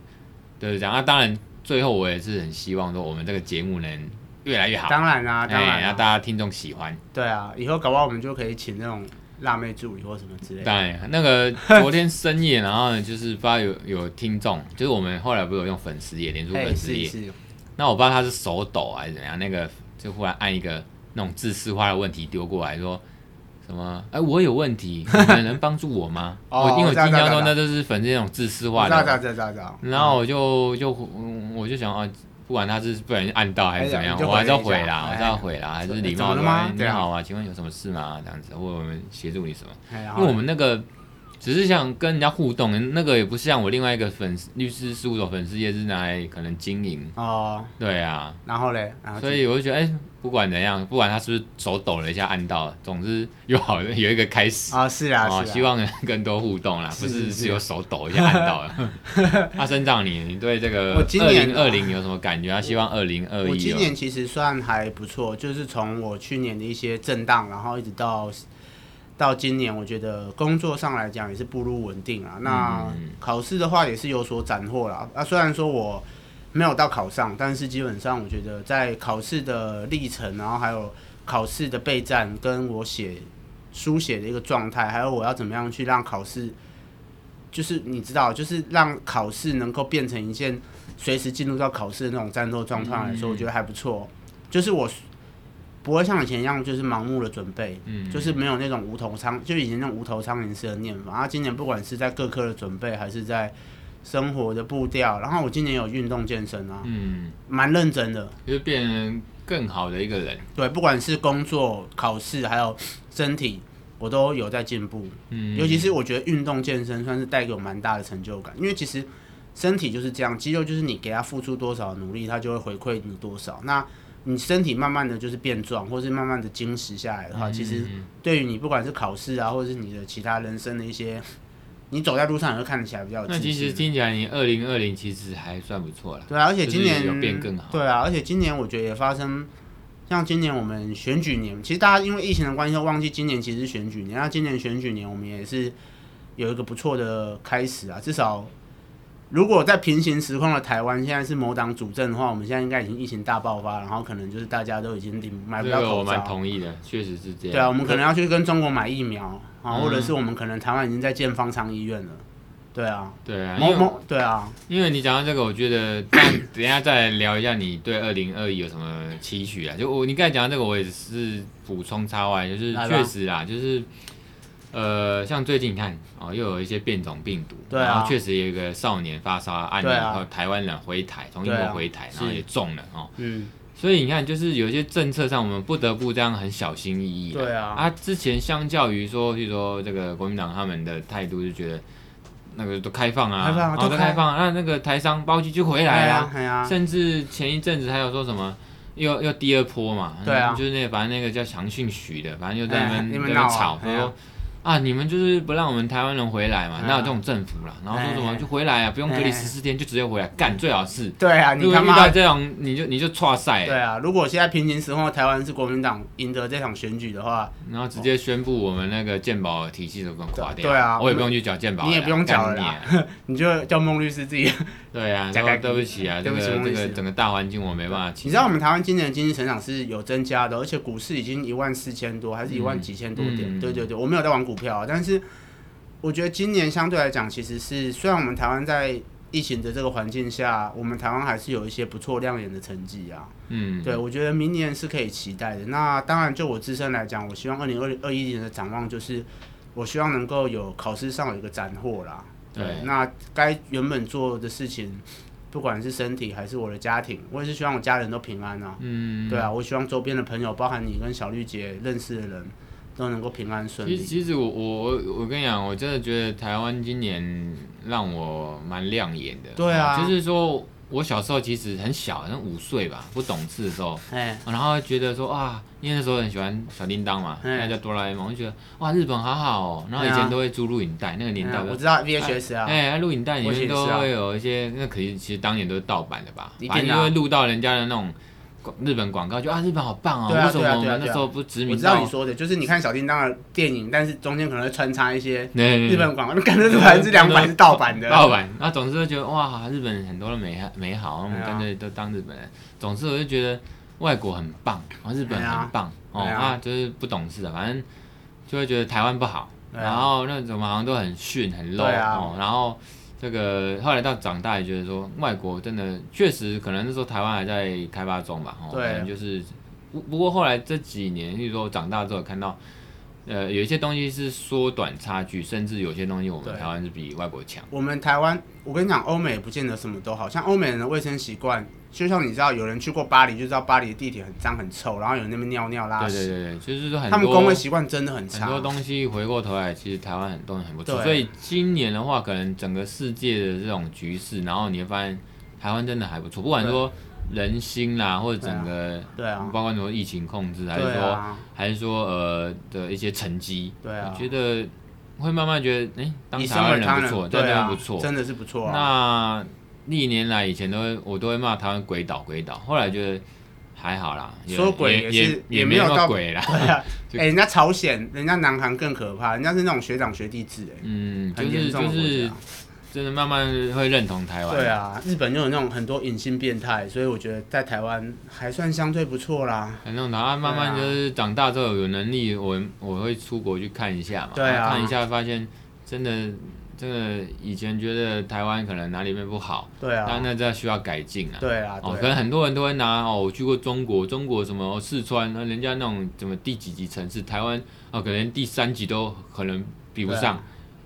[SPEAKER 1] 对，然后、啊、当然最后我也是很希望说我们这个节目能越来越好，
[SPEAKER 2] 当然啦，当
[SPEAKER 1] 哎
[SPEAKER 2] 然啊
[SPEAKER 1] 让大家
[SPEAKER 2] 啦，
[SPEAKER 1] 听众喜欢。
[SPEAKER 2] 对啊，以后搞不好我们就可以请那种辣妹助理或什么之类的。
[SPEAKER 1] 当然，那个昨天深夜，然后呢，就是不知道有有听众，就是我们后来不是有用粉丝页，连出
[SPEAKER 2] 哎，
[SPEAKER 1] 粉丝
[SPEAKER 2] 是
[SPEAKER 1] 页，
[SPEAKER 2] 是，
[SPEAKER 1] 那我不知道他是手抖还是怎样，那个就忽然按一个那种自私化的问题丢过来说。什么？哎、我有问题，你们能帮助我吗？
[SPEAKER 2] 哦
[SPEAKER 1] 我因为我
[SPEAKER 2] 我知道
[SPEAKER 1] 听
[SPEAKER 2] 知道
[SPEAKER 1] 到说
[SPEAKER 2] 知道
[SPEAKER 1] 那就是粉丝那种嗯自私
[SPEAKER 2] 我
[SPEAKER 1] 化
[SPEAKER 2] 知道知道
[SPEAKER 1] 的，
[SPEAKER 2] 知道知道知道。
[SPEAKER 1] 然后我就就嗯我就想啊，不管他是不小心按到还是怎么样，
[SPEAKER 2] 哎呀你就
[SPEAKER 1] 我还是要
[SPEAKER 2] 回
[SPEAKER 1] 回
[SPEAKER 2] 一下
[SPEAKER 1] 啦，我还是要回啦，还是礼
[SPEAKER 2] 怎
[SPEAKER 1] 貌
[SPEAKER 2] 么
[SPEAKER 1] 的
[SPEAKER 2] 了吗
[SPEAKER 1] 哎你
[SPEAKER 2] 对啊
[SPEAKER 1] 好啊，请问有什么事吗？这样子，或者我们协助你什么？
[SPEAKER 2] 哎然
[SPEAKER 1] 因为我
[SPEAKER 2] 后
[SPEAKER 1] 们那个只是想跟人家互动，那个也不是像我另外一个粉丝律师事务所粉丝也是拿来可能经营，
[SPEAKER 2] 哦，
[SPEAKER 1] 对啊，
[SPEAKER 2] 然后嘞，然后
[SPEAKER 1] 所以我就觉得，哎、不管怎样，不管他是不是手抖了一下按到，总之有好有一个开始。
[SPEAKER 2] 啊是啊
[SPEAKER 1] 哦，
[SPEAKER 2] 是啊
[SPEAKER 1] 希望能更多互动啦，
[SPEAKER 2] 是
[SPEAKER 1] 不是
[SPEAKER 2] 是
[SPEAKER 1] 只有手抖一下按到了。 阿生长，你你对这个
[SPEAKER 2] 我今
[SPEAKER 1] 二
[SPEAKER 2] 年
[SPEAKER 1] 零二零有什么感觉？他希望二零二
[SPEAKER 2] 我
[SPEAKER 1] 一哦
[SPEAKER 2] 今年其实算还不错，就是从我去年的一些震荡，然后一直到到今年，我觉得工作上来讲也是步入稳定啊。那
[SPEAKER 1] 嗯
[SPEAKER 2] 考试的话也是有所斩获啦。啊，虽然说我没有到考上，但是基本上我觉得在考试的历程，然后还有考试的备战，跟我写书写的一个状态，还有我要怎么样去让考试。就是你知道，就是让考试能够变成一件随时进入到考试的那种战斗状态来
[SPEAKER 1] 嗯
[SPEAKER 2] 说，我觉得还不错。就是我不会像以前一样，就是盲目的准备，
[SPEAKER 1] 嗯
[SPEAKER 2] 就是没有那种无头苍，就以前那种无头苍蝇式的念法。啊，今年不管是在各科的准备，还是在生活的步调，然后我今年有运动健身啊，
[SPEAKER 1] 嗯，
[SPEAKER 2] 蛮认真的。
[SPEAKER 1] 就是变成更好的一个人。
[SPEAKER 2] 对，不管是工作、考试，还有身体，我都有在进步。
[SPEAKER 1] 嗯，
[SPEAKER 2] 尤其是我觉得运动健身算是带给我蛮大的成就感，因为其实身体就是这样，肌肉就是你给它付出多少努力，它就会回馈你多少。那你身体慢慢的就是变壮，或是慢慢的精实下来的
[SPEAKER 1] 嗯
[SPEAKER 2] 话，其实对于你不管是考试啊，或者是你的其他人生的一些，你走在路上也会看起来比较有
[SPEAKER 1] 那
[SPEAKER 2] 自
[SPEAKER 1] 其实
[SPEAKER 2] 信。
[SPEAKER 1] 听起来你二零二零其实还算不错了。
[SPEAKER 2] 对啊，而且今年
[SPEAKER 1] 就是有变更好
[SPEAKER 2] 对啊，而且今年我觉得也发生，像今年我们选举年，其实大家因为疫情的关系都忘记今年其实是选举年。那今年选举年我们也是有一个不错的开始啊，至少如果在平行时空的台湾现在是某党主政的话，我们现在应该已经疫情大爆发，然后可能就是大家都已经领买不
[SPEAKER 1] 这
[SPEAKER 2] 到
[SPEAKER 1] 个我
[SPEAKER 2] 口
[SPEAKER 1] 蛮
[SPEAKER 2] 罩。
[SPEAKER 1] 同意的，确实是这样。
[SPEAKER 2] 对啊，我们可能要去跟中国买疫苗啊，
[SPEAKER 1] 嗯
[SPEAKER 2] 或者是我们可能台湾已经在建方舱医院了。对啊，
[SPEAKER 1] 对啊，因
[SPEAKER 2] 某
[SPEAKER 1] 为
[SPEAKER 2] 某对啊，
[SPEAKER 1] 因为你讲到这个，我觉得但等一下再聊一下你对二零二一有什么期许啊？就我你刚才讲到这个，我也是补充插外，就是
[SPEAKER 2] 来吧
[SPEAKER 1] 确实啦，就是呃，像最近你看哦，又有一些变种病毒，
[SPEAKER 2] 对啊
[SPEAKER 1] 然后确实有一个少年发烧案例，
[SPEAKER 2] 对啊
[SPEAKER 1] 然后台湾人回台，从英
[SPEAKER 2] 对
[SPEAKER 1] 国
[SPEAKER 2] 啊
[SPEAKER 1] 回台，
[SPEAKER 2] 是
[SPEAKER 1] 然后也中了哦。
[SPEAKER 2] 嗯，
[SPEAKER 1] 所以你看，就是有一些政策上，我们不得不这样很小心翼翼的。
[SPEAKER 2] 对啊
[SPEAKER 1] 啊，之前相较于说，譬如说这个国民党他们的态度，就觉得那个都开放啊，
[SPEAKER 2] 开放啊
[SPEAKER 1] 哦
[SPEAKER 2] 都
[SPEAKER 1] 都
[SPEAKER 2] 开
[SPEAKER 1] 开放、啊，那那个台商包机就回来啊。
[SPEAKER 2] 哎呀，
[SPEAKER 1] 甚至前一阵子还有说什么。又又第二波嘛，
[SPEAKER 2] 对啊
[SPEAKER 1] 嗯就是那个反正那个叫强信许的，反正又在那
[SPEAKER 2] 哎
[SPEAKER 1] 边
[SPEAKER 2] 你
[SPEAKER 1] 在那
[SPEAKER 2] 们
[SPEAKER 1] 边
[SPEAKER 2] 闹啊
[SPEAKER 1] 吵
[SPEAKER 2] 哎呀
[SPEAKER 1] 说啊，你们就是不让我们台湾人回来嘛
[SPEAKER 2] 哎，呀
[SPEAKER 1] 哪有这种政府啦？然后说什
[SPEAKER 2] 哎
[SPEAKER 1] 么就回来啊，不用隔
[SPEAKER 2] 哎
[SPEAKER 1] 离十四天就直接回来，干最好是
[SPEAKER 2] 对啊，
[SPEAKER 1] 如
[SPEAKER 2] 你
[SPEAKER 1] 果
[SPEAKER 2] 他
[SPEAKER 1] 遇
[SPEAKER 2] 妈
[SPEAKER 1] 到这种，你就你就错赛
[SPEAKER 2] 对，啊，如果现在平行时空的台湾是国民党赢得这场选举的话，
[SPEAKER 1] 然后直接宣布我们那个鉴宝体系都跟垮掉，
[SPEAKER 2] 对啊
[SPEAKER 1] 我也不用去缴鉴宝了啦，
[SPEAKER 2] 你也不用缴了啦
[SPEAKER 1] 干你啊
[SPEAKER 2] 你就叫孟律师自己。
[SPEAKER 1] 对 啊，
[SPEAKER 2] 加
[SPEAKER 1] 然
[SPEAKER 2] 盖
[SPEAKER 1] 后
[SPEAKER 2] 金
[SPEAKER 1] 对不起啊，这
[SPEAKER 2] 对不
[SPEAKER 1] 个
[SPEAKER 2] 起孟
[SPEAKER 1] 这
[SPEAKER 2] 律师
[SPEAKER 1] 个整个大环境我没 办法起。
[SPEAKER 2] 你知道我们台湾今年的经济成长是有增加的，而且股市已经一万四千多，还是一万几千多点？
[SPEAKER 1] 嗯嗯
[SPEAKER 2] 对对对，我没有在玩股票啊，但是我觉得今年相对来讲，其实是虽然我们台湾在疫情的这个环境下，我们台湾还是有一些不错亮眼的成绩啊。
[SPEAKER 1] 嗯，
[SPEAKER 2] 对，我觉得明年是可以期待的。那当然，就我自身来讲，我希望二零二二一年的展望就是，我希望能够有考试上有一个斩获啦。
[SPEAKER 1] 对
[SPEAKER 2] 那该原本做的事情，不管是身体还是我的家庭，我也是希望我家人都平安啊。
[SPEAKER 1] 嗯，
[SPEAKER 2] 对啊，我希望周边的朋友，包含你跟小绿姐认识的人，都能够平安顺
[SPEAKER 1] 其实，
[SPEAKER 2] 利。
[SPEAKER 1] 其实我我我我跟你讲，我真的觉得台湾今年让我蛮亮眼的。
[SPEAKER 2] 对啊
[SPEAKER 1] 就是说我小时候其实很小，好像五岁吧，不懂事的时候，
[SPEAKER 2] 哎，
[SPEAKER 1] 然后觉得说啊，因为那时候很喜欢小叮当嘛，
[SPEAKER 2] 嗯
[SPEAKER 1] 现在叫哆啦 A 梦，我就觉得哇，日本好好哦。然后以
[SPEAKER 2] 对
[SPEAKER 1] 前
[SPEAKER 2] 啊
[SPEAKER 1] 都会租录影带，那个年代
[SPEAKER 2] 哎
[SPEAKER 1] 都
[SPEAKER 2] 我知道 VHS 啊，
[SPEAKER 1] 哎，录影带里
[SPEAKER 2] 我以前
[SPEAKER 1] 面都
[SPEAKER 2] 也是啊
[SPEAKER 1] 会有一些，那可是其实当年都是盗版的吧
[SPEAKER 2] 一，定的啊
[SPEAKER 1] 反正就会录到人家的那种广日本广告，就啊日本好棒哦，
[SPEAKER 2] 对啊
[SPEAKER 1] 为什
[SPEAKER 2] 对啊
[SPEAKER 1] 么我
[SPEAKER 2] 对啊
[SPEAKER 1] 们那
[SPEAKER 2] 对啊
[SPEAKER 1] 时候不殖
[SPEAKER 2] 我
[SPEAKER 1] 民
[SPEAKER 2] 知
[SPEAKER 1] 到
[SPEAKER 2] 道你？说的，就是你看小叮当的电影，但是中间可能会穿插一些
[SPEAKER 1] 对对对
[SPEAKER 2] 日本广告，那感觉是百分之两百是盗版的。
[SPEAKER 1] 盗版，那总之就觉得哇，日本很多的美好美好，我们
[SPEAKER 2] 对啊
[SPEAKER 1] 干脆都当日本人。总之我就觉得外国很棒，然后日本
[SPEAKER 2] 对啊
[SPEAKER 1] 很棒，哦
[SPEAKER 2] 对啊
[SPEAKER 1] 啊，就是不懂事的，反正就会觉得台湾不好，
[SPEAKER 2] 对啊
[SPEAKER 1] 然后那种好像都很逊很 low
[SPEAKER 2] 对啊
[SPEAKER 1] 哦，然后这个后来到长大也觉得说外国真的确实可能那时候台湾还在开发中吧，哦，
[SPEAKER 2] 对
[SPEAKER 1] 可能就是不不过后来这几年，例如说我长大之后看到。呃，有一些东西是缩短差距，甚至有些东西我们
[SPEAKER 2] 对
[SPEAKER 1] 台湾是比外国强。
[SPEAKER 2] 我们台湾，我跟你讲，欧美也不见得什么都好，像欧美人的卫生习惯，就像你知道，有人去过巴黎就知道巴黎的地铁很脏很臭，然后有人那边尿尿拉
[SPEAKER 1] 对对
[SPEAKER 2] 屎，
[SPEAKER 1] 对对，就是说很
[SPEAKER 2] 他们
[SPEAKER 1] 多
[SPEAKER 2] 公卫习惯真的很
[SPEAKER 1] 很多
[SPEAKER 2] 差。
[SPEAKER 1] 东西回过头来，其实台湾很多人很不错。
[SPEAKER 2] 对
[SPEAKER 1] 所以今年的话，可能整个世界的这种局势，然后你会发现台湾真的还不错，不管说人心啦，或者整个、
[SPEAKER 2] 对啊，
[SPEAKER 1] 包括说疫情控制，还是
[SPEAKER 2] 对
[SPEAKER 1] 嗯说、
[SPEAKER 2] 啊，
[SPEAKER 1] 还是说呃的一些成绩，
[SPEAKER 2] 对啊
[SPEAKER 1] 我觉得会慢慢觉得，哎、当
[SPEAKER 2] 以
[SPEAKER 1] 台
[SPEAKER 2] 身
[SPEAKER 1] 湾
[SPEAKER 2] 为
[SPEAKER 1] 人
[SPEAKER 2] 他
[SPEAKER 1] 不
[SPEAKER 2] 人
[SPEAKER 1] 错，，在
[SPEAKER 2] 对
[SPEAKER 1] 台湾
[SPEAKER 2] 啊，
[SPEAKER 1] 不错，
[SPEAKER 2] 真的是不错啊。
[SPEAKER 1] 那历年来以前都会我都会骂台湾鬼岛鬼岛，后来觉得还好啦，也
[SPEAKER 2] 说鬼
[SPEAKER 1] 也
[SPEAKER 2] 也是
[SPEAKER 1] 也
[SPEAKER 2] 也
[SPEAKER 1] 没
[SPEAKER 2] 没有
[SPEAKER 1] 么
[SPEAKER 2] 到
[SPEAKER 1] 鬼啦，
[SPEAKER 2] 对啊，
[SPEAKER 1] 就
[SPEAKER 2] 哎、人家朝鲜，人家南韩更可怕，人家是那种学长学弟制、哎、
[SPEAKER 1] 嗯，就
[SPEAKER 2] 很严
[SPEAKER 1] 是
[SPEAKER 2] 重
[SPEAKER 1] 就
[SPEAKER 2] 的国
[SPEAKER 1] 是
[SPEAKER 2] 家。
[SPEAKER 1] 真的慢慢会认同台湾，
[SPEAKER 2] 对，啊，日本又有那种很多隐性变态，所以我觉得在台湾还算相对不错啦。
[SPEAKER 1] 认同台湾，慢慢
[SPEAKER 2] 对
[SPEAKER 1] 就
[SPEAKER 2] 啊
[SPEAKER 1] 是长大之后有能力，我我会出国去看一下嘛，
[SPEAKER 2] 对啊
[SPEAKER 1] 看一下发现真的真的以前觉得台湾可能哪里面不好，
[SPEAKER 2] 对啊
[SPEAKER 1] 但，那这需要改进啊。
[SPEAKER 2] 对啊，
[SPEAKER 1] 哦，可
[SPEAKER 2] 对
[SPEAKER 1] 能
[SPEAKER 2] 啊，
[SPEAKER 1] 很多人都会拿哦，我去过中国，中国什么哦四川，那人家那种怎么第几级城市，台湾哦，可能第三级都可能比不上。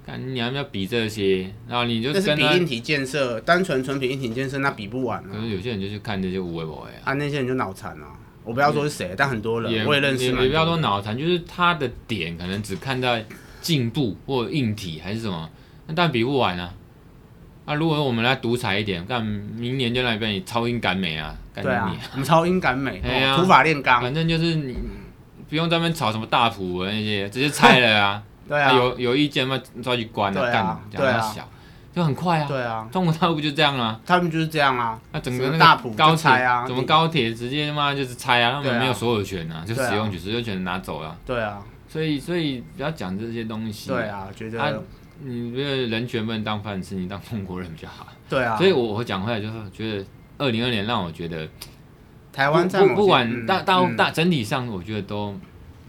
[SPEAKER 1] 看你还要比这些，然后你就
[SPEAKER 2] 那啊是
[SPEAKER 1] 跟
[SPEAKER 2] 比
[SPEAKER 1] 他，嗯
[SPEAKER 2] 硬体建设，单纯纯比硬体建设那比不完
[SPEAKER 1] 可
[SPEAKER 2] 啊。
[SPEAKER 1] 能有些人就去看这些无为博呀，
[SPEAKER 2] 啊，那些人就脑残啊！我不要说是谁，但很多
[SPEAKER 1] 也
[SPEAKER 2] 人我也认识蛮多
[SPEAKER 1] 也
[SPEAKER 2] 人。
[SPEAKER 1] 不要说脑残，就是他的点可能只看到进步或硬体还是什么，那当然比不完啊。那、如果我们来独裁一点，干明年就来被你超英赶美啊，干你
[SPEAKER 2] 对
[SPEAKER 1] 娘
[SPEAKER 2] 啊，我们超英赶美，
[SPEAKER 1] 哎呀
[SPEAKER 2] 哦土法炼钢。
[SPEAKER 1] 反正就是你不用在那边吵什么大谱文那些，直接拆了啊。
[SPEAKER 2] 对啊，
[SPEAKER 1] 有有意见嘛，抓去关
[SPEAKER 2] 对
[SPEAKER 1] 了，
[SPEAKER 2] 啊
[SPEAKER 1] 干讲
[SPEAKER 2] 对
[SPEAKER 1] 他
[SPEAKER 2] 啊
[SPEAKER 1] 小，就很快啊。
[SPEAKER 2] 对啊，
[SPEAKER 1] 中国大陆不就这样啊？
[SPEAKER 2] 他们就是这样啊。
[SPEAKER 1] 那整个
[SPEAKER 2] 什
[SPEAKER 1] 那
[SPEAKER 2] 么
[SPEAKER 1] 个
[SPEAKER 2] 大埔就
[SPEAKER 1] 高铁
[SPEAKER 2] 拆啊
[SPEAKER 1] 怎么高铁直接嘛就是拆啊，他
[SPEAKER 2] 对
[SPEAKER 1] 们
[SPEAKER 2] 啊
[SPEAKER 1] 没有所有权啊，就
[SPEAKER 2] 对啊
[SPEAKER 1] 使用权，使用权拿走了。
[SPEAKER 2] 对啊，
[SPEAKER 1] 所以所以不要讲这些东西。
[SPEAKER 2] 对，啊，觉
[SPEAKER 1] 啊
[SPEAKER 2] 得
[SPEAKER 1] 你这个人权不能当饭吃，你当中国人比较好。
[SPEAKER 2] 对啊
[SPEAKER 1] 所。以我我讲回来就是觉得。二零二年让我觉得，
[SPEAKER 2] 台湾
[SPEAKER 1] 不
[SPEAKER 2] 在某
[SPEAKER 1] 不
[SPEAKER 2] 些
[SPEAKER 1] 不
[SPEAKER 2] 嗯
[SPEAKER 1] 管大大
[SPEAKER 2] 嗯
[SPEAKER 1] 大整体上，我觉得都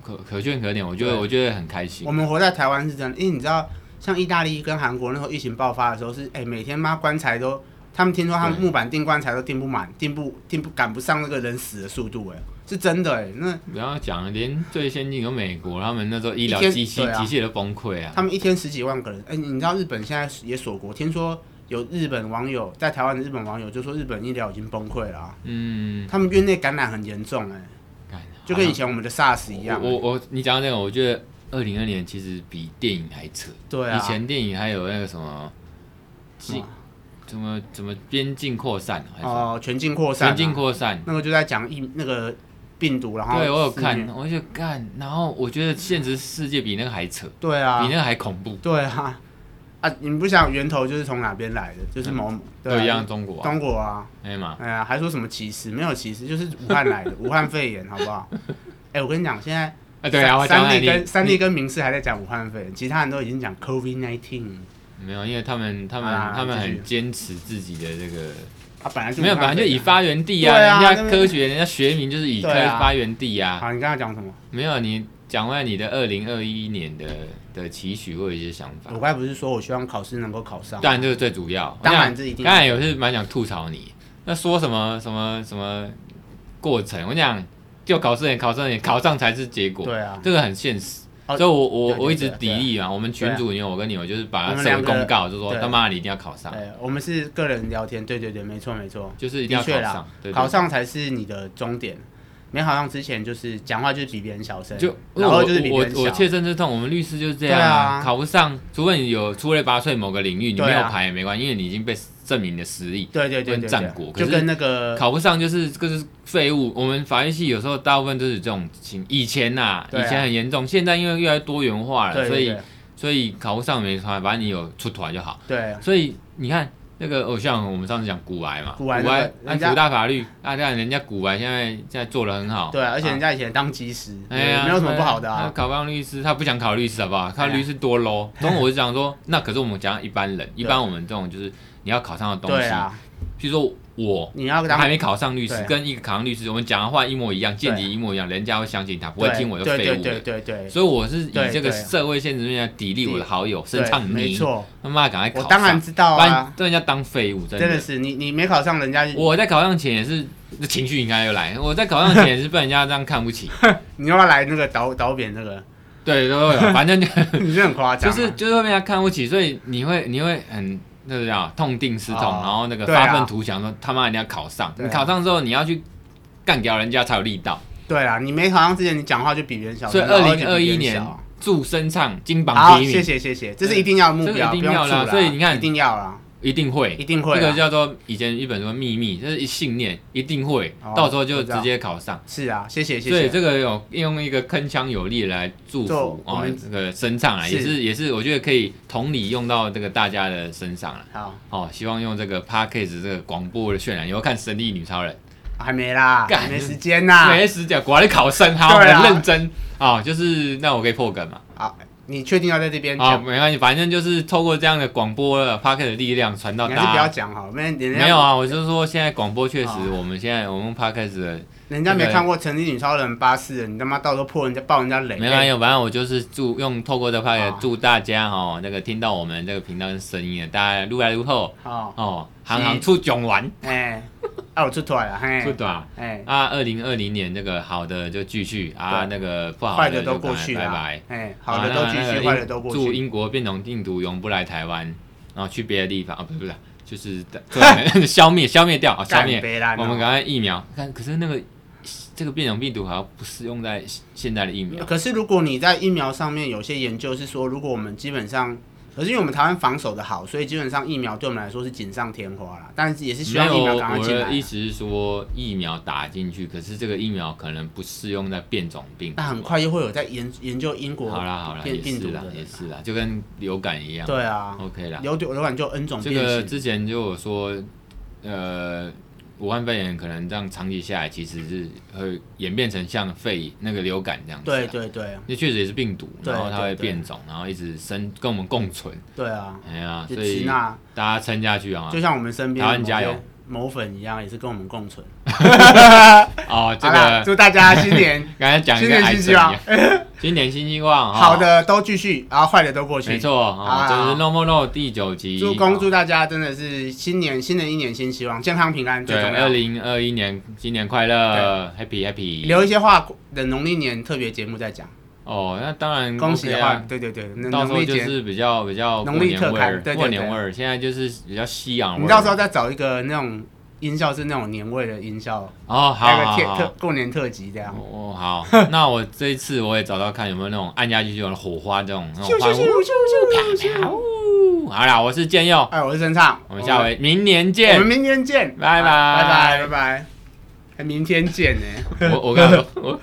[SPEAKER 1] 可可圈可点。我觉得
[SPEAKER 2] 对
[SPEAKER 1] 我觉得很开心
[SPEAKER 2] 我。们活在台湾是真的，因为你知道，像意大利跟韩国那时候疫情爆发的时候是，哎、每天妈棺材都，他们听说他们
[SPEAKER 1] 对
[SPEAKER 2] 木板订棺材都订不满，订不订不赶不上那个人死的速度、哎，是真的哎、那
[SPEAKER 1] 不要讲，连最先进有美国，他们那时候医疗
[SPEAKER 2] 一天
[SPEAKER 1] 机器
[SPEAKER 2] 对啊
[SPEAKER 1] 机械都崩溃啊。
[SPEAKER 2] 他们一天十几万个人，哎、你知道日本现在也锁国，听说有日本网友在台湾的日本网友就说日本医疗已经崩溃了、啊，
[SPEAKER 1] 嗯，
[SPEAKER 2] 他们院内感染很严重、哎，
[SPEAKER 1] 干
[SPEAKER 2] 就跟以
[SPEAKER 1] 好
[SPEAKER 2] 前我们的 SARS
[SPEAKER 1] 像
[SPEAKER 2] 一样、哎
[SPEAKER 1] 我我我你讲到这个，我觉得二零二年其实比电影还扯。
[SPEAKER 2] 对啊，
[SPEAKER 1] 以前电影还有那个什么
[SPEAKER 2] 什
[SPEAKER 1] 进
[SPEAKER 2] 么
[SPEAKER 1] 怎么怎么边境扩散啊还是什么
[SPEAKER 2] 哦、全境扩
[SPEAKER 1] 边
[SPEAKER 2] 散、啊，
[SPEAKER 1] 境扩散。
[SPEAKER 2] 那个就在讲疫那个病毒，然后
[SPEAKER 1] 对，我有
[SPEAKER 2] 肆虐
[SPEAKER 1] 看，，我就干，然后我觉得现实世界比那个还扯，
[SPEAKER 2] 对啊，
[SPEAKER 1] 比那个还恐怖，
[SPEAKER 2] 对啊，啊，你不想源头就是从哪边来的？就是某、对
[SPEAKER 1] 嗯都
[SPEAKER 2] 啊
[SPEAKER 1] 一样，中国啊，
[SPEAKER 2] 中国啊，
[SPEAKER 1] 哎嘛，
[SPEAKER 2] 哎呀，还说什么歧视？没有歧视，就是武汉来的，武汉肺炎，好 不好？哎、我跟你讲，现在
[SPEAKER 1] 啊对啊，我讲
[SPEAKER 2] 三
[SPEAKER 1] 到
[SPEAKER 2] 立
[SPEAKER 1] 你
[SPEAKER 2] 跟三立跟明视还在讲武汉肺炎，其他人都已经讲 COVID nineteen
[SPEAKER 1] 没有，因为他们他们
[SPEAKER 2] 啊
[SPEAKER 1] 他们
[SPEAKER 2] 继续
[SPEAKER 1] 很坚持自己的这个。
[SPEAKER 2] 啊，本来就
[SPEAKER 1] 没有，
[SPEAKER 2] 武
[SPEAKER 1] 本来
[SPEAKER 2] 汉
[SPEAKER 1] 就
[SPEAKER 2] 肺炎
[SPEAKER 1] 以发源地啊，
[SPEAKER 2] 对啊
[SPEAKER 1] 人家科学，人家学名就是以科
[SPEAKER 2] 对啊
[SPEAKER 1] 发源地啊。
[SPEAKER 2] 好，你刚刚讲什么？
[SPEAKER 1] 没有，你讲完你的二零二一年的的期许或有一些想法啊
[SPEAKER 2] 我，刚才不是说我希望考试能够考上？
[SPEAKER 1] 当然这是最主要。
[SPEAKER 2] 当然
[SPEAKER 1] 我想
[SPEAKER 2] 这一定
[SPEAKER 1] 刚才有是蛮想吐槽你，那说什么什么什么过程，我想就考试也考上也考上才是结果，
[SPEAKER 2] 对啊
[SPEAKER 1] 这个很现实。
[SPEAKER 2] 哦
[SPEAKER 1] 所以我我
[SPEAKER 2] 对对
[SPEAKER 1] 我一直
[SPEAKER 2] 对
[SPEAKER 1] 抵
[SPEAKER 2] 对
[SPEAKER 1] 力啊，我们群主因为我跟你，我就是把
[SPEAKER 2] 我
[SPEAKER 1] 它
[SPEAKER 2] 们
[SPEAKER 1] 设为
[SPEAKER 2] 两个
[SPEAKER 1] 公告，就说
[SPEAKER 2] 对
[SPEAKER 1] 他妈你一定要考上，
[SPEAKER 2] 对，我们是个人聊天，对对对，没错没错，
[SPEAKER 1] 就是一定
[SPEAKER 2] 的
[SPEAKER 1] 要考
[SPEAKER 2] 确啦
[SPEAKER 1] 上，对，对
[SPEAKER 2] 考上才是你的终点。没考上之前，就是讲话就是比别人小声，
[SPEAKER 1] 就
[SPEAKER 2] 然后就是比别
[SPEAKER 1] 我
[SPEAKER 2] 人
[SPEAKER 1] 我我
[SPEAKER 2] 小
[SPEAKER 1] 切身之痛，我们律师就是这样
[SPEAKER 2] 对啊
[SPEAKER 1] 考不上，除非你有出类拔萃某个领域，你
[SPEAKER 2] 对啊
[SPEAKER 1] 没有牌也没关系，因为你已经被证明你的实力。
[SPEAKER 2] 对对对对
[SPEAKER 1] 跟
[SPEAKER 2] 对，
[SPEAKER 1] 战果可
[SPEAKER 2] 就是跟那个
[SPEAKER 1] 考不上就是就是废物。我们法律系有时候大部分都是这种情，以前呐、
[SPEAKER 2] 对啊
[SPEAKER 1] 以前很严重，现在因为越来越多元化了，
[SPEAKER 2] 对
[SPEAKER 1] 所
[SPEAKER 2] 对
[SPEAKER 1] 以
[SPEAKER 2] 对
[SPEAKER 1] 所以考不上没差，反正你有出团就好。
[SPEAKER 2] 对
[SPEAKER 1] 所以你看那个偶像，我们上次讲古癌嘛，
[SPEAKER 2] 古
[SPEAKER 1] 古
[SPEAKER 2] 癌
[SPEAKER 1] 癌
[SPEAKER 2] 那个
[SPEAKER 1] 按
[SPEAKER 2] 人家
[SPEAKER 1] 古大法律，啊，但人家古癌现在现在做的很好，
[SPEAKER 2] 对，而且
[SPEAKER 1] 啊
[SPEAKER 2] 人家以前当技师，
[SPEAKER 1] 哎
[SPEAKER 2] 也
[SPEAKER 1] 呀，
[SPEAKER 2] 没有什么不好的
[SPEAKER 1] 他
[SPEAKER 2] 啊。哎
[SPEAKER 1] 考不上律师，他不想考律师，好不好？考律师多 low。所以我就想说，那可是我们讲一般人，一般我们这种就是你要考上的东
[SPEAKER 2] 对
[SPEAKER 1] 西，
[SPEAKER 2] 啊，
[SPEAKER 1] 譬如说我
[SPEAKER 2] 你要
[SPEAKER 1] 还
[SPEAKER 2] 当
[SPEAKER 1] 没考上律师
[SPEAKER 2] 对，啊
[SPEAKER 1] 跟一个考上律师，我们讲的话一模一样，见解一模一样，人家会相信他，不会
[SPEAKER 2] 对
[SPEAKER 1] 听我的
[SPEAKER 2] 对
[SPEAKER 1] 废物的。
[SPEAKER 2] 对对对对，
[SPEAKER 1] 所以我是以
[SPEAKER 2] 对
[SPEAKER 1] 这个
[SPEAKER 2] 对
[SPEAKER 1] 社会现实面来砥砺我的好友，
[SPEAKER 2] 对
[SPEAKER 1] 深唱
[SPEAKER 2] 没
[SPEAKER 1] 你，
[SPEAKER 2] 错，
[SPEAKER 1] 他妈赶快考上，
[SPEAKER 2] 我当然知道
[SPEAKER 1] 不然
[SPEAKER 2] 啊，
[SPEAKER 1] 让人家当废物，真
[SPEAKER 2] 真的。是你你没考上，人家就
[SPEAKER 1] 我在考上前也是情绪应该又来，我在考上前也是被人家这样看不 起，
[SPEAKER 2] 你又要来那个导导扁那 个，
[SPEAKER 1] 对，都 有，反正就
[SPEAKER 2] 你是很夸张
[SPEAKER 1] 就
[SPEAKER 2] 啊，
[SPEAKER 1] 是就是会被他看不起，所以你会你会很那个叫痛定思痛，
[SPEAKER 2] 哦
[SPEAKER 1] 然后那个
[SPEAKER 2] 对啊
[SPEAKER 1] 发愤图强，说他妈人家考上，
[SPEAKER 2] 对啊
[SPEAKER 1] 你考上之后你要去干掉人家才有力道。
[SPEAKER 2] 对啦，你没考上之前，你讲话就比别人小
[SPEAKER 1] 所
[SPEAKER 2] 声，
[SPEAKER 1] 以
[SPEAKER 2] 然后
[SPEAKER 1] 二
[SPEAKER 2] 就
[SPEAKER 1] 零
[SPEAKER 2] 比
[SPEAKER 1] 二
[SPEAKER 2] 别
[SPEAKER 1] 一
[SPEAKER 2] 人
[SPEAKER 1] 年
[SPEAKER 2] 小啊
[SPEAKER 1] 助生唱金榜
[SPEAKER 2] 好，
[SPEAKER 1] 第一
[SPEAKER 2] 谢
[SPEAKER 1] 名，
[SPEAKER 2] 谢谢谢，这是一定要的目
[SPEAKER 1] 这个
[SPEAKER 2] 标，
[SPEAKER 1] 一定
[SPEAKER 2] 不用
[SPEAKER 1] 要
[SPEAKER 2] 做
[SPEAKER 1] 啦
[SPEAKER 2] 啦
[SPEAKER 1] 所以你看
[SPEAKER 2] 一定要啦，
[SPEAKER 1] 一定
[SPEAKER 2] 一
[SPEAKER 1] 会。
[SPEAKER 2] 定会啊
[SPEAKER 1] 这个
[SPEAKER 2] 啦，
[SPEAKER 1] 叫做以前一本什么秘密，就是一信念，一定会
[SPEAKER 2] 哦，
[SPEAKER 1] 到时候就
[SPEAKER 2] 我知道
[SPEAKER 1] 直接考上。
[SPEAKER 2] 是啊，谢谢谢
[SPEAKER 1] 所以
[SPEAKER 2] 谢，
[SPEAKER 1] 这个有用一个铿锵有力来祝
[SPEAKER 2] 做
[SPEAKER 1] 福
[SPEAKER 2] 我
[SPEAKER 1] 哦
[SPEAKER 2] 们，
[SPEAKER 1] 这个生唱啊，
[SPEAKER 2] 是
[SPEAKER 1] 也是也是，我觉得可以同理用到这个大家的身上了。
[SPEAKER 2] 好，
[SPEAKER 1] 哦，希望用这个 p a c k a g e 这个广播的渲染，以后看《神力女超人
[SPEAKER 2] 还没啦，
[SPEAKER 1] 干
[SPEAKER 2] 还没时间》呐，
[SPEAKER 1] 没死角，果然考生好，
[SPEAKER 2] 对
[SPEAKER 1] 很
[SPEAKER 2] 啊
[SPEAKER 1] 认真哦。就是那我可以破梗嘛？
[SPEAKER 2] 好，你确定要在这边
[SPEAKER 1] 啊、
[SPEAKER 2] 讲？
[SPEAKER 1] 没关系，反正就是透过这样的广播的 p a c k a g e 的力量传到
[SPEAKER 2] 你还是
[SPEAKER 1] 大
[SPEAKER 2] 不要
[SPEAKER 1] 家。
[SPEAKER 2] 讲好，不然人家
[SPEAKER 1] 没有，啊，我就是说现在广播确实
[SPEAKER 2] 哦，
[SPEAKER 1] 我们现在我们 p a c k a g e 的
[SPEAKER 2] 人家没
[SPEAKER 1] 对
[SPEAKER 2] 看过《成立女超人》八四的，你他妈到时候破人家爆人家 雷，
[SPEAKER 1] 没关系，反正我就是祝用透过这 p a c k a g
[SPEAKER 2] 哦
[SPEAKER 1] e 祝大家哦，那个听到我们这个频道跟声音的，大家撸来撸后
[SPEAKER 2] 好，
[SPEAKER 1] 哦，
[SPEAKER 2] 是
[SPEAKER 1] 行行出囧完，
[SPEAKER 2] 哎， 啊我出错了，
[SPEAKER 1] 出
[SPEAKER 2] 嘿，
[SPEAKER 1] 短。
[SPEAKER 2] 哎，
[SPEAKER 1] 啊，二零二零年这个好的就继续啊，那个不好
[SPEAKER 2] 坏
[SPEAKER 1] 的
[SPEAKER 2] 的
[SPEAKER 1] 就
[SPEAKER 2] 都过去
[SPEAKER 1] 拜
[SPEAKER 2] 了
[SPEAKER 1] 拜。，
[SPEAKER 2] 哎，好
[SPEAKER 1] 啊
[SPEAKER 2] 的
[SPEAKER 1] 那
[SPEAKER 2] 都继
[SPEAKER 1] 那个
[SPEAKER 2] 续，
[SPEAKER 1] 英
[SPEAKER 2] 坏的都过
[SPEAKER 1] 祝
[SPEAKER 2] 去，
[SPEAKER 1] 英国变种病毒永不来台湾，然后去别的地方啊，不是不是，就是 对 消灭消灭掉啊，消
[SPEAKER 2] 干
[SPEAKER 1] 灭。
[SPEAKER 2] 杯啦，
[SPEAKER 1] 我们赶快疫苗，看可是那个这个变种病毒好像不适用在现在的疫苗，
[SPEAKER 2] 可是如果你在疫苗上面有些研究是说，如果我们基本上，可是因为我们台湾防守的好，所以基本上疫苗对我们来说是锦上添花啦。但是也是希
[SPEAKER 1] 没
[SPEAKER 2] 望
[SPEAKER 1] 有
[SPEAKER 2] 疫苗赶快
[SPEAKER 1] 我
[SPEAKER 2] 进来
[SPEAKER 1] 的
[SPEAKER 2] 啊
[SPEAKER 1] 意。思是说疫苗打进去，可是这个疫苗可能不适用在变种病毒
[SPEAKER 2] 那
[SPEAKER 1] 嘛。
[SPEAKER 2] 很快又会有在研研究英国
[SPEAKER 1] 好啦好啦，
[SPEAKER 2] 变
[SPEAKER 1] 也
[SPEAKER 2] 病毒
[SPEAKER 1] 是啦
[SPEAKER 2] 的，
[SPEAKER 1] 也是啦，就跟流感一样。
[SPEAKER 2] 对啊，
[SPEAKER 1] OK 啦。
[SPEAKER 2] 流流流感就 N 种
[SPEAKER 1] 这
[SPEAKER 2] 变
[SPEAKER 1] 个
[SPEAKER 2] 形，
[SPEAKER 1] 之前就有说，呃，武汉肺炎可能这样长期下来，其实是会演变成像肺那个流感这样子、啊
[SPEAKER 2] 对，对对
[SPEAKER 1] 那确实也是病毒，
[SPEAKER 2] 对
[SPEAKER 1] 然后它
[SPEAKER 2] 对
[SPEAKER 1] 会
[SPEAKER 2] 对
[SPEAKER 1] 变种，然后一直生跟我们共存。
[SPEAKER 2] 对啊，
[SPEAKER 1] 哎呀，
[SPEAKER 2] 就
[SPEAKER 1] 所
[SPEAKER 2] 吃
[SPEAKER 1] 以
[SPEAKER 2] 那
[SPEAKER 1] 大家撑下去啊！
[SPEAKER 2] 就像我们身边
[SPEAKER 1] 台
[SPEAKER 2] 的
[SPEAKER 1] 湾
[SPEAKER 2] 某
[SPEAKER 1] 加
[SPEAKER 2] 些
[SPEAKER 1] 油
[SPEAKER 2] 某粉一样，也是跟我们 共存。
[SPEAKER 1] 哦，这
[SPEAKER 2] 好啦，
[SPEAKER 1] 个
[SPEAKER 2] 祝大家新年
[SPEAKER 1] 刚才讲一
[SPEAKER 2] 新
[SPEAKER 1] 个
[SPEAKER 2] 年
[SPEAKER 1] 癌症
[SPEAKER 2] 新
[SPEAKER 1] 一
[SPEAKER 2] 希望
[SPEAKER 1] 样，，新年新希望。哦
[SPEAKER 2] 啊好，的都继续，然后坏的都过去。
[SPEAKER 1] 没错，哦
[SPEAKER 2] 啊，
[SPEAKER 1] 这是 No More No 第九集。
[SPEAKER 2] 祝恭
[SPEAKER 1] 哦
[SPEAKER 2] 祝大家真的是新年新的一年新希望，健康平安最
[SPEAKER 1] 对，
[SPEAKER 2] 重
[SPEAKER 1] 二
[SPEAKER 2] 要。
[SPEAKER 1] 零二一年新年快乐，Happy Happy。
[SPEAKER 2] 留一些话等农历年特别节目再讲。
[SPEAKER 1] 哦，那当然
[SPEAKER 2] 恭喜
[SPEAKER 1] OK
[SPEAKER 2] 的
[SPEAKER 1] 啊
[SPEAKER 2] 话，对对对，那
[SPEAKER 1] 到时
[SPEAKER 2] 农
[SPEAKER 1] 候
[SPEAKER 2] 历
[SPEAKER 1] 就
[SPEAKER 2] 节，
[SPEAKER 1] 是比较比较过
[SPEAKER 2] 农历
[SPEAKER 1] 年
[SPEAKER 2] 特
[SPEAKER 1] 味
[SPEAKER 2] 刊
[SPEAKER 1] 儿，
[SPEAKER 2] 对对
[SPEAKER 1] 过
[SPEAKER 2] 对
[SPEAKER 1] 年味儿，现在就是比较西洋
[SPEAKER 2] 我
[SPEAKER 1] 味儿。
[SPEAKER 2] 们到时候再找一个那种音效是那种年味的音效，
[SPEAKER 1] 哦，好
[SPEAKER 2] 还有
[SPEAKER 1] 好
[SPEAKER 2] 个
[SPEAKER 1] 好
[SPEAKER 2] 特特过年特辑这样
[SPEAKER 1] 好。哦好， 那我这一次我也找到看有没有那种按下去就有火花这种那
[SPEAKER 2] 咻
[SPEAKER 1] 种
[SPEAKER 2] 咻
[SPEAKER 1] 嗯欢
[SPEAKER 2] 咻咻
[SPEAKER 1] 呼。
[SPEAKER 2] 咻咻咻！
[SPEAKER 1] 好啦，我是建佑，
[SPEAKER 2] 哎，我是陈畅，
[SPEAKER 1] 我们下回明年
[SPEAKER 2] 我们我
[SPEAKER 1] 见
[SPEAKER 2] 们。明天见，
[SPEAKER 1] 拜拜
[SPEAKER 2] 拜拜拜拜，还明天见呢。
[SPEAKER 1] 我我跟他说，我